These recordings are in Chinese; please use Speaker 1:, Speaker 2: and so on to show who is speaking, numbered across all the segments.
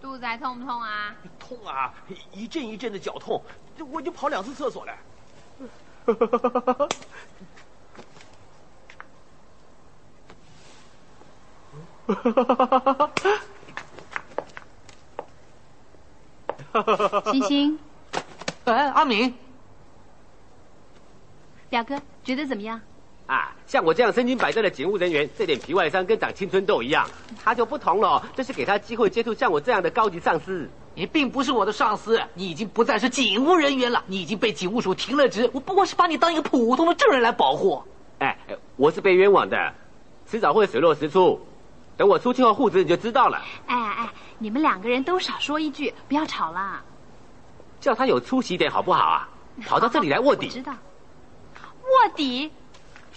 Speaker 1: 肚子还痛不痛啊？
Speaker 2: 痛啊，一阵一阵的绞痛，我就跑两次厕所了。
Speaker 1: 星 星，
Speaker 3: 哎，阿敏
Speaker 1: 表哥觉得怎么样？
Speaker 4: 啊，像我这样身经百战的警务人员，这点皮外伤跟长青春痘一样。他就不同了，这是给他机会接触像我这样的高级上司。
Speaker 3: 你并不是我的上司，你已经不再是警务人员了，你已经被警务署停了职。我不过是把你当一个普通的证人来保护。
Speaker 4: 哎，我是被冤枉的，迟早会水落石出。等我出去后户籍你就知道了。
Speaker 1: 哎哎，你们两个人都少说一句，不要吵啦。
Speaker 4: 叫他有出息一点好不好啊？跑到这里来卧
Speaker 1: 我
Speaker 4: 底
Speaker 1: 知，道。卧底，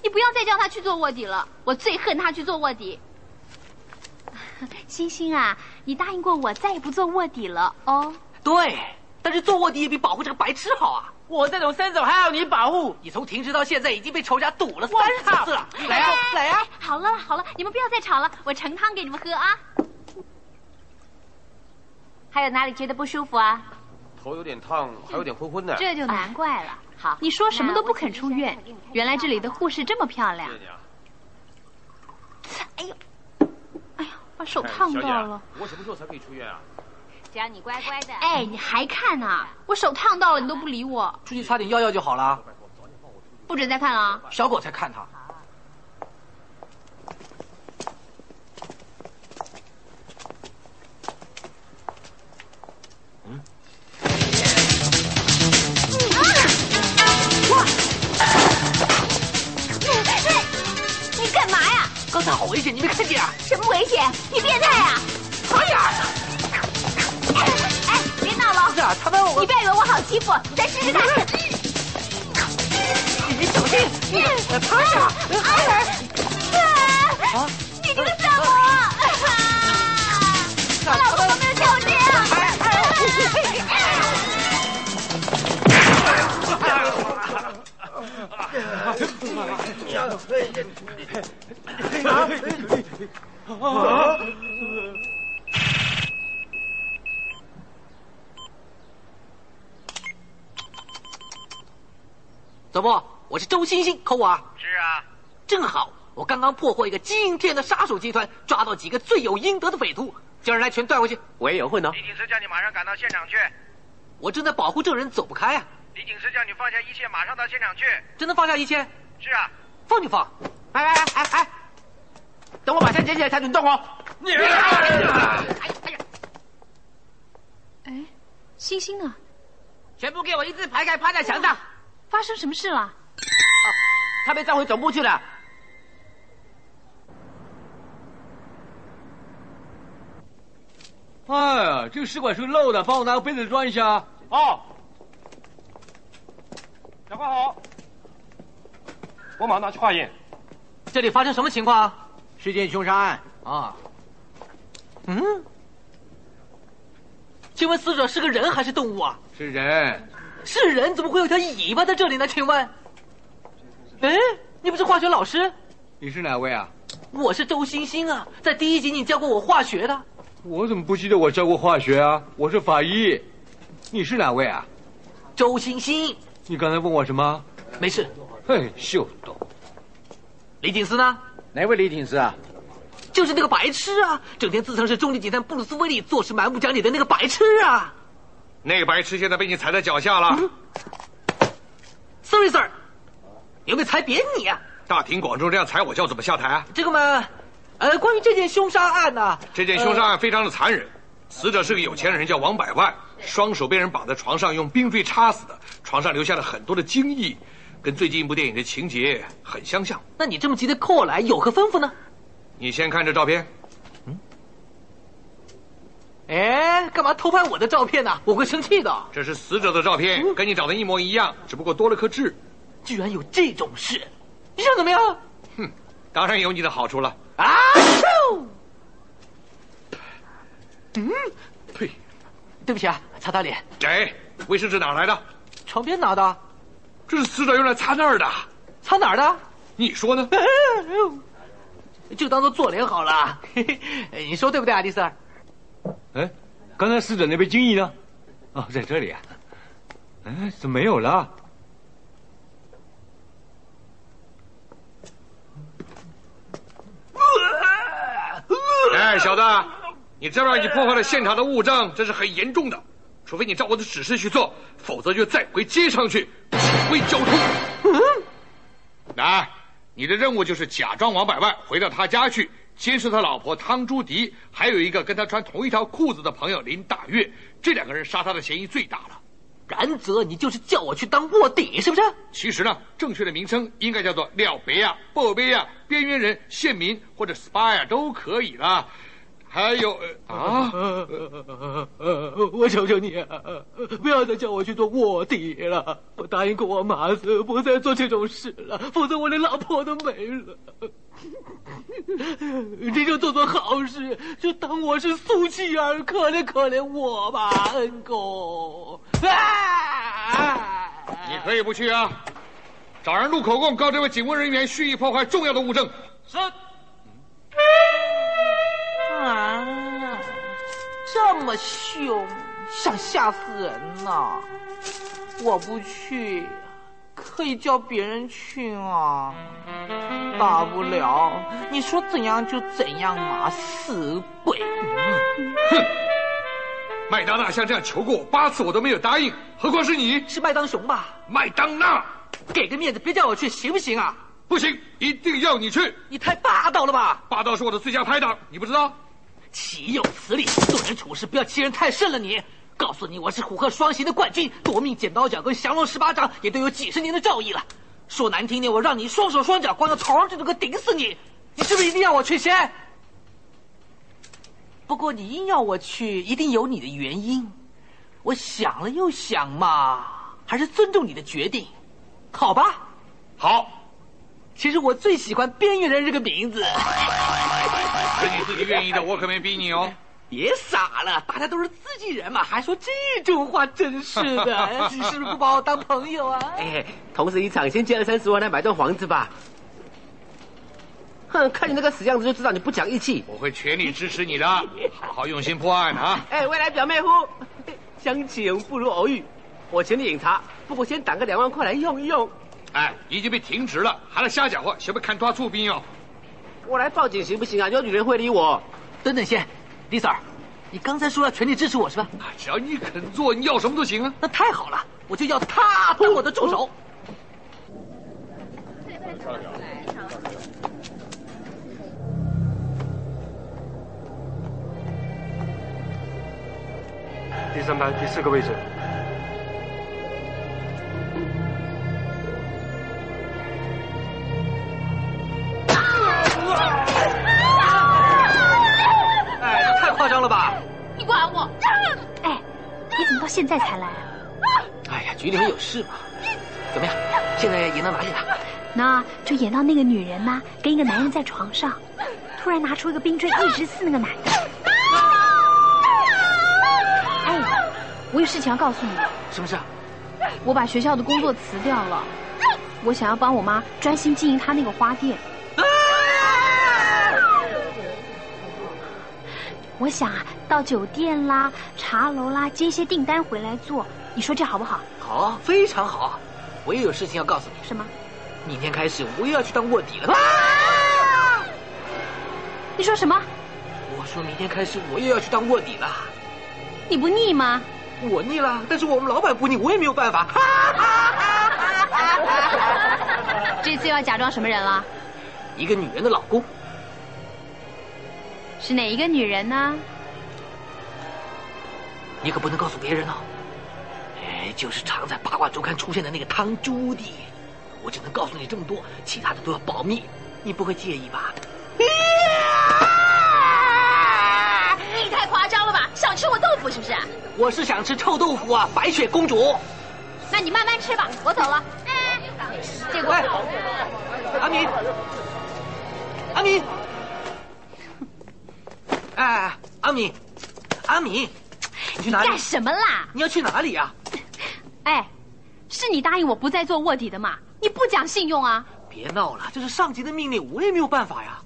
Speaker 1: 你不要再叫他去做卧底了，我最恨他去做卧底。星星啊，你答应过我再也不做卧底了哦。
Speaker 3: 对，但是做卧底也比保护这个白痴好啊！
Speaker 4: 我这种身手还要你保护？
Speaker 3: 你从停职到现在已经被仇家堵了三十几次了，来呀、
Speaker 1: 哎
Speaker 3: 来呀、啊
Speaker 1: 哎好了好了，你们不要再吵了，我盛汤给你们喝啊。还有哪里觉得不舒服啊？
Speaker 2: 头有点烫，还有点昏昏的。
Speaker 1: 这就难怪了。哎好，你
Speaker 5: 说
Speaker 1: 说什么都不肯出院，原来这里的护士这么漂亮。
Speaker 2: 你啊，
Speaker 1: 把
Speaker 2: 哎
Speaker 1: 手烫到了。，
Speaker 2: 啊我什么时候才可以出院啊？
Speaker 5: 只要你乖乖的，
Speaker 1: 哎，你还看啊？我手烫到了，你都不理我，
Speaker 3: 出去擦点药药就好了。
Speaker 1: 不准再看啊！
Speaker 3: 小狗才看他，
Speaker 5: 你干嘛呀？
Speaker 3: 刚才好危险，你没看见啊？
Speaker 5: 什么危险？你变态呀！哎呀！哎，别闹
Speaker 3: 不是
Speaker 5: 了！
Speaker 3: 啊，他们
Speaker 5: 你
Speaker 3: 我
Speaker 5: 不要以为我好欺负，再试试看。
Speaker 3: 你小心，你呃趴下，呃趴下，
Speaker 5: 啊！你这个家伙！我老公都没有像我这样。
Speaker 3: 怎么？我是周星星，扣我啊！
Speaker 6: 是啊，
Speaker 3: 正好，我刚刚破获一个惊天的杀手集团，抓到几个罪有应得的匪徒，叫人来全断回去。哎
Speaker 4: 我也有混哦
Speaker 6: 李。警司叫你马上赶到现场去。
Speaker 3: 我正在保护证人，走不开啊！
Speaker 6: 李警司叫你放下一切，马上到现场去。
Speaker 3: 真的放下一切，
Speaker 6: 是啊，
Speaker 3: 放就放。
Speaker 4: 哎哎哎哎哎，等我把枪捡起来才准动哦。
Speaker 7: 啊
Speaker 4: 哎
Speaker 1: 哎，星星呢？
Speaker 4: 全部给我一字排开趴在墙上。
Speaker 1: 发生什么事了？
Speaker 4: 他被召回总部去了。
Speaker 8: 呃哎呀，这个食管是漏的，帮我拿个杯子装一下。
Speaker 4: 哦
Speaker 7: 啊，长官好，我马上拿去化验。
Speaker 9: 这里发生什么情况啊？
Speaker 8: 是件凶杀案，
Speaker 9: 啊，嗯，请问死者是个人还是动物啊？
Speaker 8: 是人，
Speaker 9: 是人，怎么会有条尾巴在这里呢？请问，哎，你不是化学老师？
Speaker 8: 你是哪位啊？
Speaker 9: 我是周星星啊，在第一集你教过我化学的。
Speaker 8: 我怎么不记得我教过化学啊？我是法医，你是哪位啊？
Speaker 9: 周星星，
Speaker 8: 你刚才问我什么？
Speaker 9: 没事。
Speaker 8: 哼，秀逗。
Speaker 9: 李警司呢？
Speaker 8: 哪位李警司啊？
Speaker 9: 就是那个白痴啊，整天自称是中级警探布鲁斯威利，做事蛮不讲理的那个白痴啊。
Speaker 7: 那个白痴现在被你踩在脚下了，
Speaker 9: Sorry sir，有没有踩扁你啊？
Speaker 7: 大庭广众这样踩我叫怎么下
Speaker 8: 啊
Speaker 7: 台？
Speaker 9: 这个嘛，呃，关于这件凶杀案呢、啊呃
Speaker 7: 这件凶杀啊案非常的残忍，死者是个有钱人，叫王百万，双手被人绑在床上，用冰锥插死的，床上留下了很多的精液，跟最近一部电影的情节很相像。
Speaker 9: 那你这么急的 call 来，有何吩咐呢？
Speaker 7: 你先看这照片，
Speaker 9: 哎，干嘛偷拍我的照片呢、我会生气的。
Speaker 7: 这是死者的照
Speaker 8: 嗯
Speaker 7: 片，跟你长得一模一样，只不过多了颗痣。
Speaker 9: 居然有这种事，你想怎么样？
Speaker 7: 哼，当然有你的好处了。嗯
Speaker 9: 啊！
Speaker 7: 呸！
Speaker 9: 对不起啊，擦擦脸，
Speaker 7: 给卫生纸哪儿来的？
Speaker 9: 床边拿的，
Speaker 7: 这是死者用来擦那儿的。
Speaker 9: 擦哪儿的？
Speaker 7: 你说 呢？
Speaker 9: 就当做做脸好
Speaker 4: 啊
Speaker 9: 了。嘿嘿，哎你说对不对啊，丽丝儿？
Speaker 8: 哎，刚才死者那杯精液呢？哦，在这里啊。哎，怎么没有了？
Speaker 7: 哎，小子，你这样你破坏了现场的物证，这是很严重的。除非你照我的指示去做，否则就再回街上去指挥交通。来，你的任务就是假装王百万回到他家去，监视他老婆汤朱迪，还有一个跟他穿同一条裤子的朋友林大月，这两个人杀他的嫌疑最大了。
Speaker 9: 然则你就是叫我去当卧底，是不是？
Speaker 7: 其实呢，正确的名称应该叫做廖别亚、鲍贝亚、边缘人、县民或者 spy 啊，都可以啦。还有呃啊，
Speaker 9: 我求求你、不要再叫我去做卧底了！我答应过我马子，不再做这种事了，否则我连老婆都没了。你就做做好事，就当我是苏乞儿，可怜可怜我吧，恩公。啊！
Speaker 7: 你可以不去啊，找人录口供，告这位警务人员蓄意破坏重要的物证。
Speaker 9: 是。啊，这么凶，想吓死人呐、我不去，可以叫别人去啊。大不了你说怎样就怎样嘛，死鬼！
Speaker 7: 麦当娜像这样求过我八次，我都没有答应，何况是你，
Speaker 9: 是麦当雄吧？
Speaker 7: 麦当娜。
Speaker 9: 给个面子，别叫我去，行不行啊？
Speaker 7: 不行，一定要你去。
Speaker 9: 你太霸道了吧！
Speaker 7: 霸道是我的最佳拍档，你不知道？
Speaker 9: 岂有此理！做人处事不要欺人太甚了你。告诉你，我是虎克双形的冠军，夺命剪刀脚跟降龙十八掌也都有几十年的造诣了。说难听点，我让你双手双脚光个头儿就能够顶死你，你是不是一定要我去先？不过你硬要我去，一定有你的原因。我想了又想嘛，还是尊重你的决定，好吧？
Speaker 7: 好，
Speaker 9: 其实我最喜欢“边缘人”这个名字。
Speaker 7: 是你自己愿意的，我可没逼你哦。
Speaker 9: 别傻了，大家都是自己人嘛，还说这种话，真是 的，你是不是不把我当朋友啊？
Speaker 3: 哎，同时一场，先借二三十万来买栋房子吧。哼，看你那个死样子就知道你不讲义气。
Speaker 7: 我会全力支持你的，好好用心破案啊！
Speaker 3: 哎，未来表妹夫，相见不如偶遇。我请你饮茶，不过先挡个两万块来用一用。
Speaker 7: 哎，已经被停职了，还来瞎搅和，学不看抓醋兵哦。
Speaker 3: 我来报警行不行啊？有女人会理我。
Speaker 9: 等等先，李 Sir，你刚才说要全力支持我是吧？
Speaker 7: 啊只要你肯做，你要什么都行啊。
Speaker 9: 那太好了，我就要他当我的助
Speaker 3: 哦
Speaker 9: 手。
Speaker 10: 第三排第四个位置。
Speaker 9: 哎，太夸张了吧？
Speaker 11: 你管我？
Speaker 3: 哎
Speaker 1: 哎，你怎么到现在才来啊？
Speaker 3: 局里面有事嘛。怎么样？现在演到哪里了？
Speaker 1: 那就演到那个女人呢、跟一个男人在床 上，突然拿出一个冰锥一直刺那个男的。 哎，我有事情要告诉你。
Speaker 3: 什么事啊？
Speaker 1: 我把学校的工作辞掉了，我想要帮我妈专心经营她那个花店。我想啊，到酒店啦、茶楼啦接一些订单回来做，你说这好不好？
Speaker 3: 好啊，非常好啊。我也有事情要告诉你。
Speaker 1: 什么？
Speaker 3: 明天开始我又要去当卧底了。啊
Speaker 1: 你说什么？
Speaker 3: 我说明天开始我又要去当卧底了。
Speaker 1: 你不腻吗？
Speaker 3: 我腻了，但是我们老板不腻，我也没有办法。
Speaker 1: 这次又要假装什么人了？
Speaker 3: 一个女人的老公
Speaker 1: 是哪一个女人呢？
Speaker 3: 你可不能告诉别人哦。哎，就是常在八卦周刊出现的那个汤朱棣。我只能告诉你这么多，其他的都要保密。你不会介意吧？
Speaker 12: 啊你太夸张了吧？想吃我豆腐是不是？
Speaker 3: 我是想吃臭豆腐啊，白雪公主。
Speaker 12: 那你慢慢吃吧，我走了。这个
Speaker 3: 喂阿敏，阿敏，哎，阿敏，阿
Speaker 9: 哎
Speaker 3: 敏，你去哪里？
Speaker 1: 干什么啦？
Speaker 3: 你要去哪里啊呀、
Speaker 1: 哎，是你答应我不再做卧底的嘛？你不讲信用啊！
Speaker 3: 别闹了，这是上级的命令，我也没有办法呀。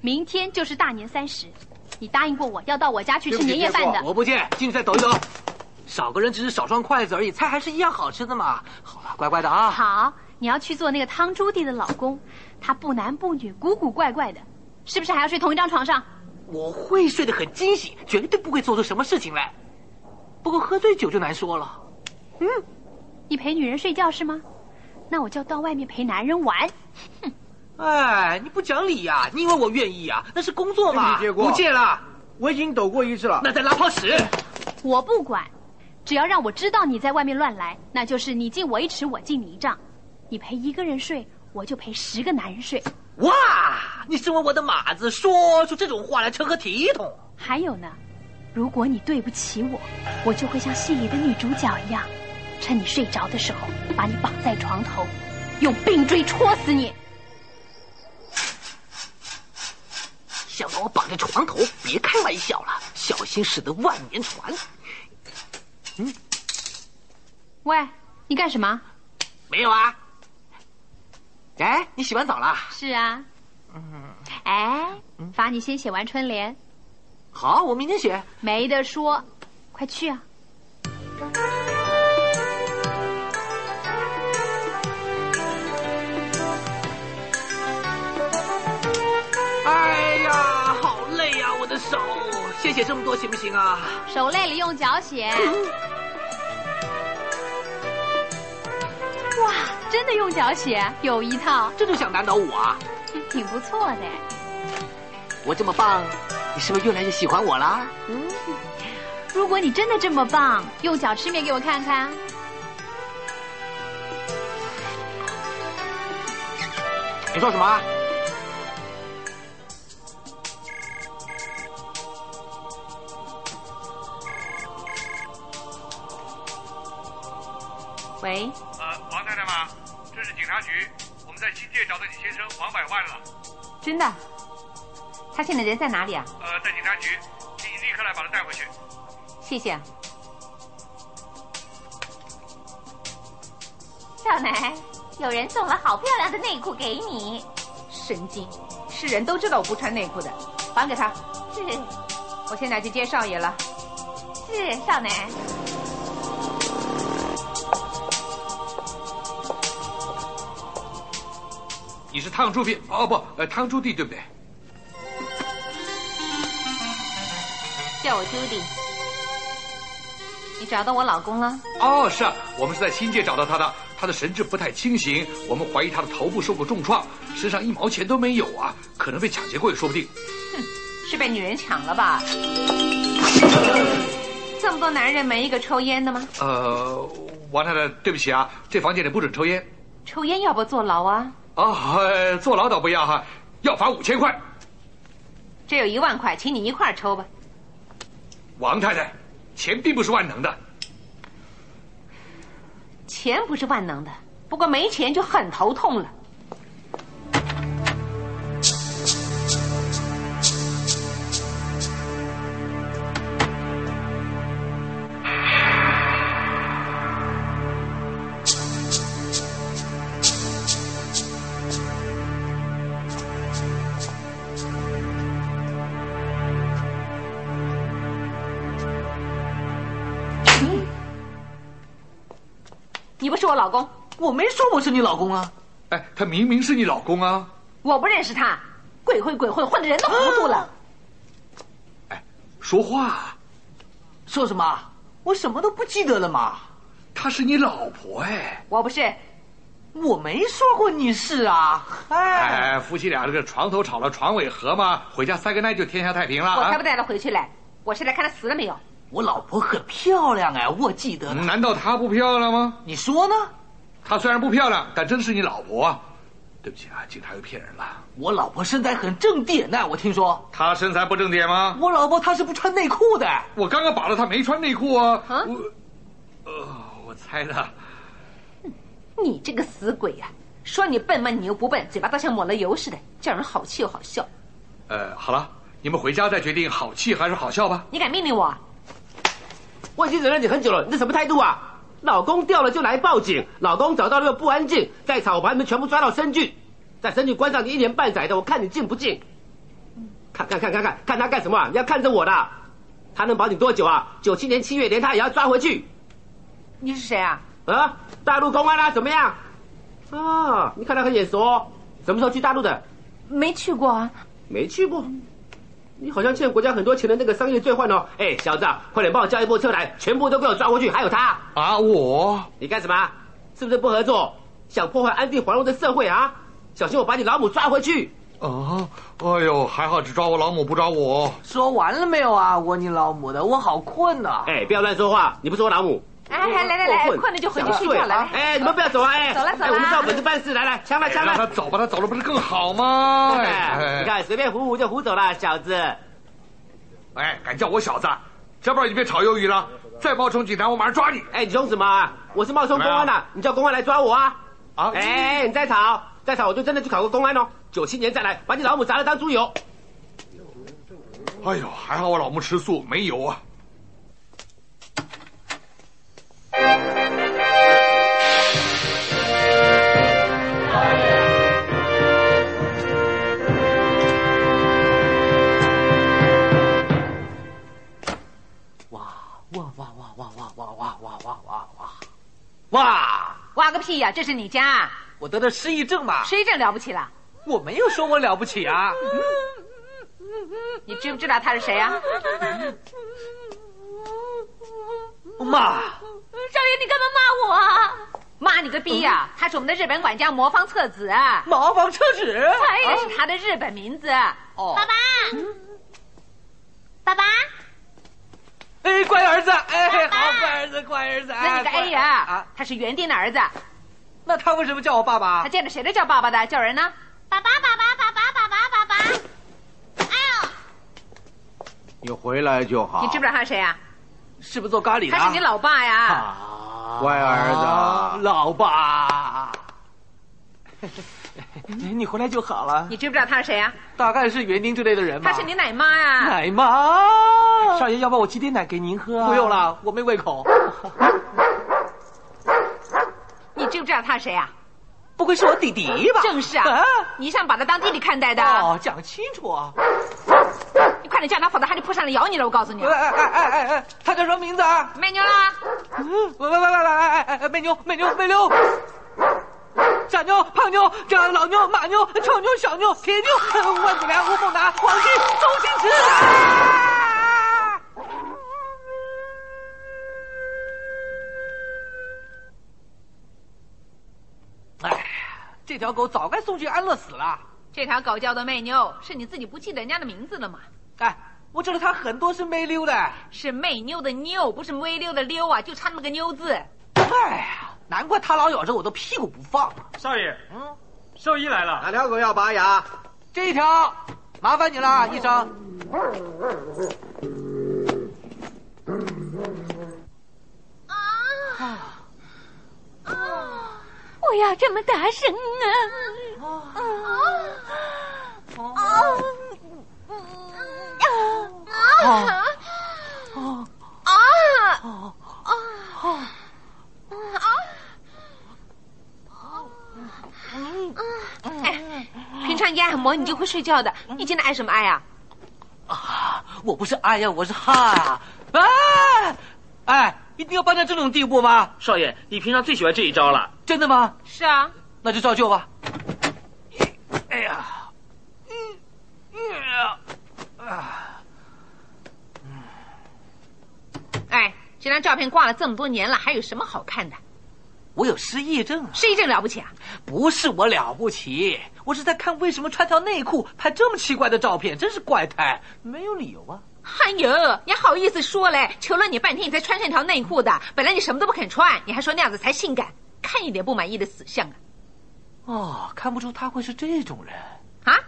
Speaker 1: 明天就是大年三十，你答应过我要到我家去吃年夜饭的。
Speaker 3: 我不见，进去再抖一抖。少个人只是少双筷子而已，菜还是一样好吃的嘛。好了，乖乖的啊。
Speaker 1: 好，你要去做那个汤朱棣的老公，他不男不女，古古怪怪的，是不是还要睡同一张床上？
Speaker 3: 我会睡得很惊喜，绝对不会做出什么事情来。不过喝醉酒就难说了。
Speaker 1: 嗯，你陪女人睡觉是吗？那我就到外面陪男人玩。
Speaker 3: 哎，你不讲理呀、你以为我愿意呀、那是工作嘛。
Speaker 9: 对不起结果
Speaker 3: 不借了，
Speaker 9: 我已经抖过一次了。
Speaker 3: 那再拉泡屎。
Speaker 1: 我不管，只要让我知道你在外面乱来，那就是你敬我一尺，我敬你一丈。你陪一个人睡，我就陪十个男人睡。
Speaker 3: 哇，你身为我的马子，说出这种话来成何体统？
Speaker 1: 还有呢，如果你对不起我，我就会像戏里的女主角一样，趁你睡着的时候把你绑在床头，用冰锥戳死你。
Speaker 3: 想把我绑在床头，别开玩笑了，小心驶得万年船。
Speaker 1: 喂，你干什么？
Speaker 3: 没有啊？哎，你洗完澡了？
Speaker 1: 是啊。哎，罚你先写完春联，
Speaker 3: 好，我明天写。
Speaker 1: 没得说，快去啊！
Speaker 3: 哎呀，好累呀、我的手，先写这么多行不行啊？
Speaker 12: 手累了用脚写。
Speaker 1: 哇，真的用脚写，有一套，
Speaker 3: 这就想难倒我啊？
Speaker 1: 挺不错的。
Speaker 3: 我这么棒，你是不是越来越喜欢我啦？
Speaker 1: 嗯，如果你真的这么棒，用脚吃面给我看看。
Speaker 3: 你说什么？
Speaker 1: 喂，
Speaker 6: 呃，王太太吗？这是警察局，我们在新界找到你先生王百万了。
Speaker 13: 真的？他现在人在哪里啊？
Speaker 6: 呃，在警察局，请你立刻来把他带回去。
Speaker 13: 谢谢。
Speaker 14: 小南，有人送了好漂亮的内裤给你。
Speaker 13: 神经，是人都知道我不穿内裤的，还给他。
Speaker 14: 是
Speaker 13: 我现在去接少爷了。
Speaker 14: 是，少南，
Speaker 7: 你是汤猪皮哦不，呃汤猪弟对不对？
Speaker 13: 叫我朱迪。你找到我老公了？
Speaker 7: 哦，是啊，我们是在新界找到他的，他的神志不太清醒，我们怀疑他的头部受过重创，身上一毛钱都没有啊，可能被抢劫过也说不定。
Speaker 13: 是被女人抢了吧？这么多男人，没一个抽烟的吗？
Speaker 7: 呃，王太太，对不起啊，这房间里不准抽烟
Speaker 13: 抽烟要不坐牢啊？
Speaker 7: 啊、呃坐牢倒不要哈，要罚五千块。
Speaker 13: 这有一万块，请你一块儿抽吧。
Speaker 7: 王太太，钱并不是万能的，
Speaker 1: 钱不是万能的，不过没钱就很头痛了。你不是我老公，
Speaker 9: 我没说我是你老公啊！
Speaker 7: 哎，他明明是你老公啊！
Speaker 1: 我不认识他，鬼混鬼混，混的人都糊涂了。
Speaker 7: 哎，说话，
Speaker 9: 说什么？我什么都不记得了嘛！
Speaker 7: 她是你老婆哎！
Speaker 1: 我不是，
Speaker 9: 我没说过你是啊！
Speaker 7: 哎，哎夫妻俩这个床头吵了床尾和嘛，回家塞个奶就天下太平了。啊
Speaker 1: 我才不带他回去嘞！
Speaker 3: 哎
Speaker 1: 我是来看他死了没有。
Speaker 9: 我老婆很漂亮哎，我记得。
Speaker 7: 嗯难道她不漂亮吗？
Speaker 9: 你说呢？
Speaker 7: 她虽然不漂亮，但真是你老婆。啊！对不起啊，警察又骗人了。
Speaker 9: 我老婆身材很正点呢、啊，我听说。
Speaker 7: 她身材不正点吗？
Speaker 9: 我老婆她是不穿内裤的。
Speaker 7: 我刚刚把了她没穿内裤啊。啊？我，呃，我猜的。
Speaker 1: 你这个死鬼呀、啊！说你笨吗？你又不笨，嘴巴倒像抹了油似的，叫人好气又好笑。
Speaker 7: 呃，好了，你们回家再决定好气还是好笑吧。
Speaker 1: 你敢命令我？
Speaker 3: 我已经忍了你很久了，你这什么态度啊？老公掉了就来报警，老公找到了又不安静，再吵我把你们全部抓到深圳，在深圳关上你一年半载的，我看你进不进？看看看看看看他干什么、啊？你要看着我的，他能保你多久啊？九七年七月连他也要抓回去。
Speaker 1: 你是谁啊？
Speaker 3: 啊，大陆公安啊？怎么样？啊，你看他很眼熟、哦，什么时候去大陆的？
Speaker 1: 没去过啊。
Speaker 3: 没去过。你好像欠国家很多钱的那个商业罪犯哦！哎，小子、啊，快点帮我叫一部车来，全部都给我抓回去！还有他
Speaker 7: 啊，我
Speaker 3: 你干什么？啊是不是不合作？想破坏安定繁荣的社会啊？小心我把你老母抓回去！
Speaker 7: 哦，哎呦，还好只抓我老母不抓我。
Speaker 9: 说完了没有啊？我你老母的，我好困呐、啊！
Speaker 3: 哎，不要乱说话，你不是我老母。
Speaker 1: 哎，来来来，困了就回去睡觉了。
Speaker 3: 哎，你们不要走啊！哎，
Speaker 1: 走了走了，
Speaker 3: 我们照本子办事。来来，枪来枪来，
Speaker 7: 哎他走吧，他走了不是更好吗？
Speaker 5: 哎
Speaker 3: 你看，随便唬唬就唬走了，小子。
Speaker 7: 哎，敢叫我小子，这不已经被炒鱿鱼了？再冒充警察，我马上抓你！
Speaker 3: 哎，你凶什么？啊？我是冒充公安的，你叫公安来抓我啊！
Speaker 7: 啊！
Speaker 3: 哎，你再吵，再吵，我就真的去考个公安哦。九七年再来，把你老母砸了当猪油。
Speaker 7: 哎呦，还好我老母吃素，没油啊。
Speaker 9: 哇，
Speaker 1: 挖个屁呀、啊！这是你家、啊，
Speaker 9: 我得了失忆症嘛。
Speaker 1: 失忆症了不起了？
Speaker 9: 我没有说我了不起啊。
Speaker 1: 你知不知道他是谁呀、
Speaker 9: 啊？妈，
Speaker 1: 少爷，你干嘛骂我啊？骂你个逼呀！他是我们的日本管家魔方册子。啊
Speaker 9: 魔方册子？
Speaker 1: 他也是他的日本名字。
Speaker 5: 哦，爸爸，爸爸。
Speaker 9: 哎，乖儿子，哎，好，乖儿子，乖儿子。
Speaker 1: 那你个 A 呀、啊，啊、他是园丁的儿子，
Speaker 9: 那他为什么叫我爸爸？
Speaker 1: 他见着谁都叫爸爸的，叫人呢？
Speaker 5: 爸爸，爸爸，爸爸，爸爸，爸爸。哎
Speaker 8: 呦！你回来就好。
Speaker 1: 你知不知道他是谁啊？
Speaker 9: 是不是做咖喱的？啊
Speaker 1: 他是你老嗯爸呀。
Speaker 8: 啊、乖儿子，
Speaker 9: 老爸。 你回来就好了。
Speaker 1: 你知不知道他是谁啊？
Speaker 9: 大概是园丁之类的人吧。
Speaker 1: 他是你奶妈呀、啊。
Speaker 9: 奶妈，少爷，要不要我挤点奶给您喝、啊？不用了，我没胃口。
Speaker 1: 你知不知道他是谁啊？
Speaker 9: 不会是我弟弟吧？
Speaker 1: 正是啊，啊你一向把他当弟弟看待的。哦，
Speaker 9: 讲清楚啊！
Speaker 1: 你快点叫他，否则他就扑上来咬你了！我告诉你。啊
Speaker 9: 哎哎哎哎哎，他叫什么名字啊？
Speaker 1: 美妞啦！
Speaker 9: 喂喂喂喂喂哎哎哎！美妞美妞美妞！傻妞、胖妞、这老妞、马妞、臭妞、小妞、铁妞、万子良、吴孟达、黄旭、周星驰。啊、哎，这条狗早该送去安乐死了。
Speaker 1: 这条狗叫做媚妞，是你自己不记得人家的名字了吗？
Speaker 9: 哎，我知道它很多是媚溜的，
Speaker 1: 是媚妞的妞，不是微溜的溜啊，就差那么个妞字。
Speaker 9: 哎呀。难怪他老咬着我的屁股不放、啊。
Speaker 15: 少爷，嗯，兽医来了。
Speaker 8: 哪条狗要拔牙？
Speaker 9: 这条，麻烦你了，医生。
Speaker 5: 啊！啊！
Speaker 1: 要这么大声啊！啊啊啊啊啊！
Speaker 5: 哎，平常一按摩你就会睡觉的，你今天按什么按呀？
Speaker 9: 我不是哎呀，我是哈，哎，哎，一定要搬到这种地步吗？
Speaker 16: 少爷，你平常最喜欢这一招了。
Speaker 9: 真的吗？
Speaker 5: 是啊，
Speaker 9: 那就照旧吧。
Speaker 16: 哎呀，
Speaker 5: 哎，这张照片挂了这么多年了，还有什么好看的？
Speaker 9: 我有失忆症啊！
Speaker 5: 失忆症了不起啊？
Speaker 9: 不是我了不起，我是在看为什么穿条内裤拍这么奇怪的照片，真是怪胎，没有理由啊！
Speaker 5: 哎呦，你还好意思说嘞？求了你半天，你才穿上条内裤的，本来你什么都不肯穿，你还说那样子才性感，看一点不满意的死相啊！
Speaker 9: 哦，看不出他会是这种人
Speaker 5: 啊？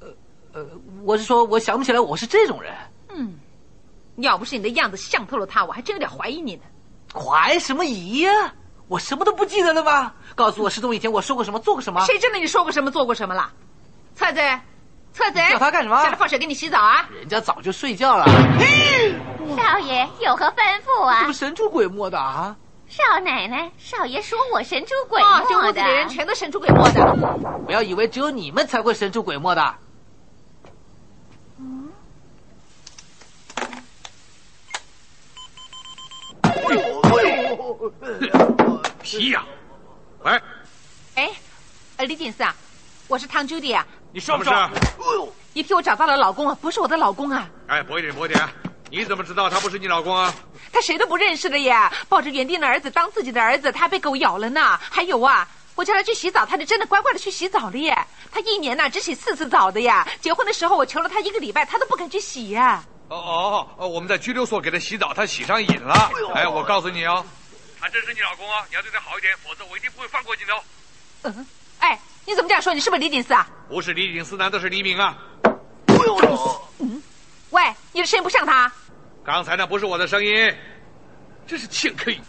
Speaker 9: 呃呃，我是说，我想不起来我是这种人。
Speaker 5: 嗯，要不是你的样子像透了他，我还真有点怀疑你呢。
Speaker 9: 怀什么疑呀、我什么都不记得了吗？告诉我失踪以前我说过什么，做过什么？
Speaker 5: 谁知道你说过什么，做过什么了？册子，册子，
Speaker 9: 叫他干什么
Speaker 5: 叫他放水给你洗澡啊！
Speaker 9: 人家早就睡觉了。
Speaker 1: 少爷有何吩咐啊
Speaker 9: 怎么？神出鬼没的啊？
Speaker 1: 少奶奶，少爷说我神出鬼
Speaker 5: 哦
Speaker 1: 没，
Speaker 5: 这屋子里人全都神出鬼没的。
Speaker 9: 不要以为只有你们才会神出鬼没的。
Speaker 7: 皮痒。喂，
Speaker 5: 哎，呃，李锦司啊，我是汤 Judy 啊，
Speaker 7: 你说不说？
Speaker 5: 你替我找到了老公啊，不是我的老公啊，
Speaker 7: 哎，薄一点，薄一点。你怎么知道他不是你老公啊？
Speaker 5: 他谁都不认识的耶，抱着原定的儿子当自己的儿子，他还被狗咬了呢。还有啊，我叫他去洗澡，他就真的乖乖的去洗澡了耶。他一年呐、只洗四次澡的呀。结婚的时候我求了他一个礼拜，他都不肯去洗呀、
Speaker 7: 哦哦哦，我们在拘留所给他洗澡，他洗上瘾了。哎，我告诉你啊、
Speaker 6: 他真是你老公啊，你要对他好一点，否则我一定不会放过你的哦。
Speaker 5: 嗯，哎，你怎么这样说？你是不是李锦斯啊？
Speaker 7: 不是李锦斯，难道是黎明啊？
Speaker 5: 喂，你的声音不像他。
Speaker 7: 刚才那不是我的声音，真是欠 K。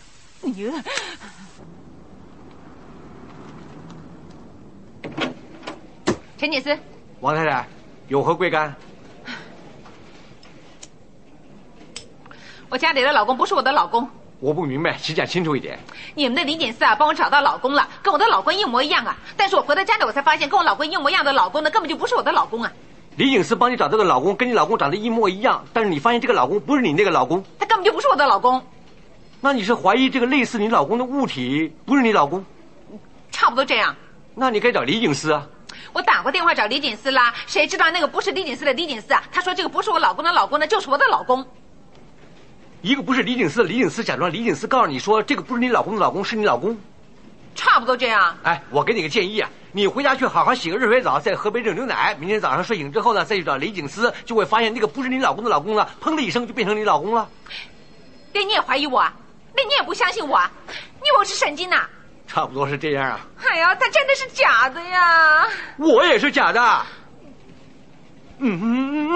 Speaker 5: 你陈锦斯，
Speaker 8: 王太太，有何贵干？
Speaker 5: 我家里的老公不是我的老公，
Speaker 8: 我不明白，请讲清楚一点。
Speaker 5: 你们的李锦斯啊，帮我找到老公了，跟我的老公一模一样啊。但是我回到家里，我才发现跟我老公一模一样的老公呢，根本就不是我的老公啊。
Speaker 8: 李警司帮你找这个老公，跟你老公长得一模一样，但是你发现这个老公不是你那个老公，
Speaker 5: 他根本就不是我的老公，
Speaker 8: 那你是怀疑这个类似你老公的物体不是你老公？
Speaker 5: 差不多这样。
Speaker 8: 那你该找李警司啊。
Speaker 5: 我打过电话找李锦斯啦，谁知道那个不是李锦斯的李锦斯啊？他说这个不是我老公的老公呢，就是我的老公。
Speaker 8: 一个不是李警司的李警司假装李警司告诉你说这个不是你老公的老公是你老公。
Speaker 5: 差不多这样。
Speaker 8: 哎，我给你个建议啊，你回家去好好洗个热水澡，再喝杯热牛奶。明天早上睡醒之后呢，再去找李警司，就会发现那个不是你老公的老公了，砰的一声就变成你老公了。
Speaker 5: 那你也怀疑我啊？那你也不相信我啊？你以为我是神经呐、
Speaker 8: 差不多是这样啊。
Speaker 5: 哎呀，他真的是假的呀！
Speaker 8: 我也是假的。嗯嗯嗯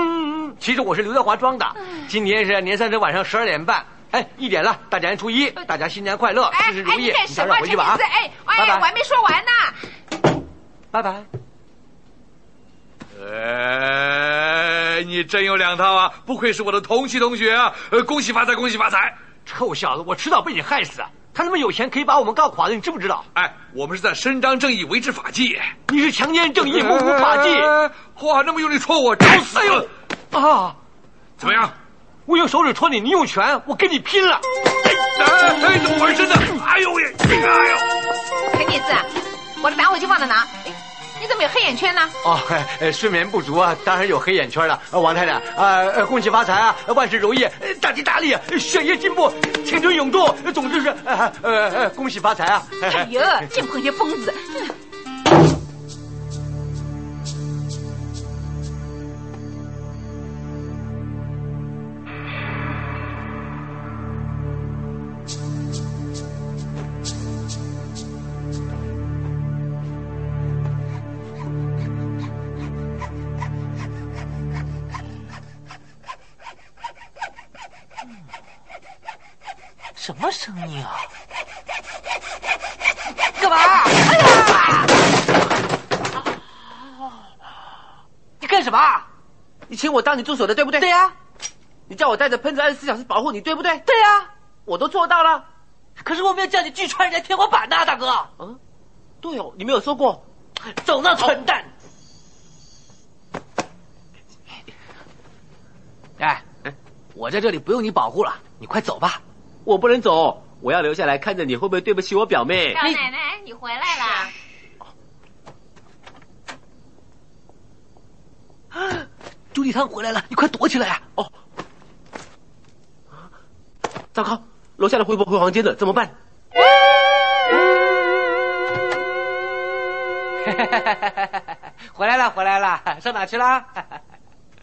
Speaker 8: 嗯，其实我是刘德华装的。
Speaker 5: 哎
Speaker 8: 今天是年三十晚上十二点半，哎，一点了，大年初一，大家新年快乐，事事如
Speaker 5: 哎，
Speaker 8: 意。
Speaker 5: 你干
Speaker 8: 你
Speaker 5: 什
Speaker 8: 早
Speaker 5: 么，
Speaker 8: 点
Speaker 5: 陈金
Speaker 8: 回去
Speaker 5: 斯？
Speaker 8: 吧啊！
Speaker 5: 哎，哎，
Speaker 8: 拜拜
Speaker 5: 我还没说完呢。
Speaker 8: 拜拜。
Speaker 7: 哎，你真有两套啊！不愧是我的同系同学啊！呃，恭喜发财，恭喜发财！
Speaker 8: 臭小子，我迟早被你害死啊！他那么有钱，可以把我们告垮的，你知不知道？
Speaker 7: 哎，我们是在伸张正义，维持法纪。
Speaker 8: 你是强奸正义，不服法纪。哎
Speaker 7: 话那么用力戳我，找死！
Speaker 8: 啊！
Speaker 7: 怎么样？
Speaker 8: 我用手指戳你，你用拳，我跟你拼了！
Speaker 7: 哎，哎，怎么回事呢？哎呦喂！哎呦！
Speaker 5: 陈锦斯，我的打火机忘了拿。哎，你怎么有黑眼圈呢？
Speaker 8: 哦，呃，睡眠不足啊，当然有黑眼圈了。呃王太太，呃，呃恭喜发财啊，呃万事如意，呃大吉大利，呃学业进步，青春永驻。呃总之是，呃呃呃，恭喜发财啊！
Speaker 5: 哎呀，净碰些疯子。嗯
Speaker 9: 什么声音啊？啊
Speaker 5: 干嘛？哎呀！
Speaker 3: 你请我当你助手的，对不对？
Speaker 5: 对呀、
Speaker 3: 你叫我带着喷子二十四小时保护你，对不对？
Speaker 5: 对呀、
Speaker 3: 我都做到了。
Speaker 9: 可是我没有叫你锯穿人家天花板呐、大哥。
Speaker 3: 嗯，对哦，你没有说过。
Speaker 9: 走那蠢蛋！哎，我在这里不用你保护了，你快走吧。
Speaker 3: 我不能走，我要留下来看着你会不会对不起我表妹。
Speaker 17: 老奶奶，你回来啦！
Speaker 9: 朱丽汤回来了，你快躲起来呀、啊
Speaker 3: 哦，糟糕，楼下的回不回房间了？怎么办？
Speaker 18: 回来了，回来了，上哪去了？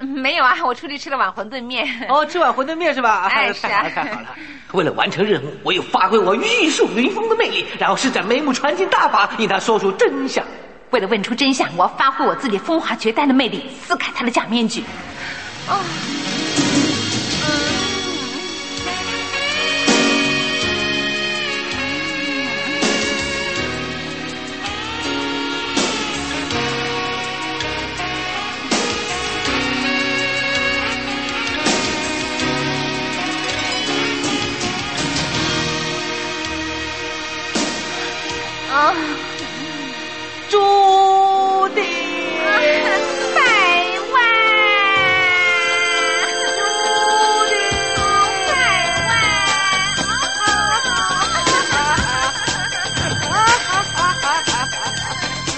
Speaker 5: 嗯没有啊，我出去吃了碗馄饨面。
Speaker 18: 哦，吃碗馄饨面是吧？
Speaker 5: 哎，是 啊。
Speaker 9: 为了完成任务，我又发挥我玉树临风的魅力，然后施展眉目传情大法，引他说出真相。
Speaker 5: 为了问出真相，我要发挥我自己风华绝代的魅力，撕开他的假面具。哦，
Speaker 1: 啊，
Speaker 5: 注定百万，注定百万。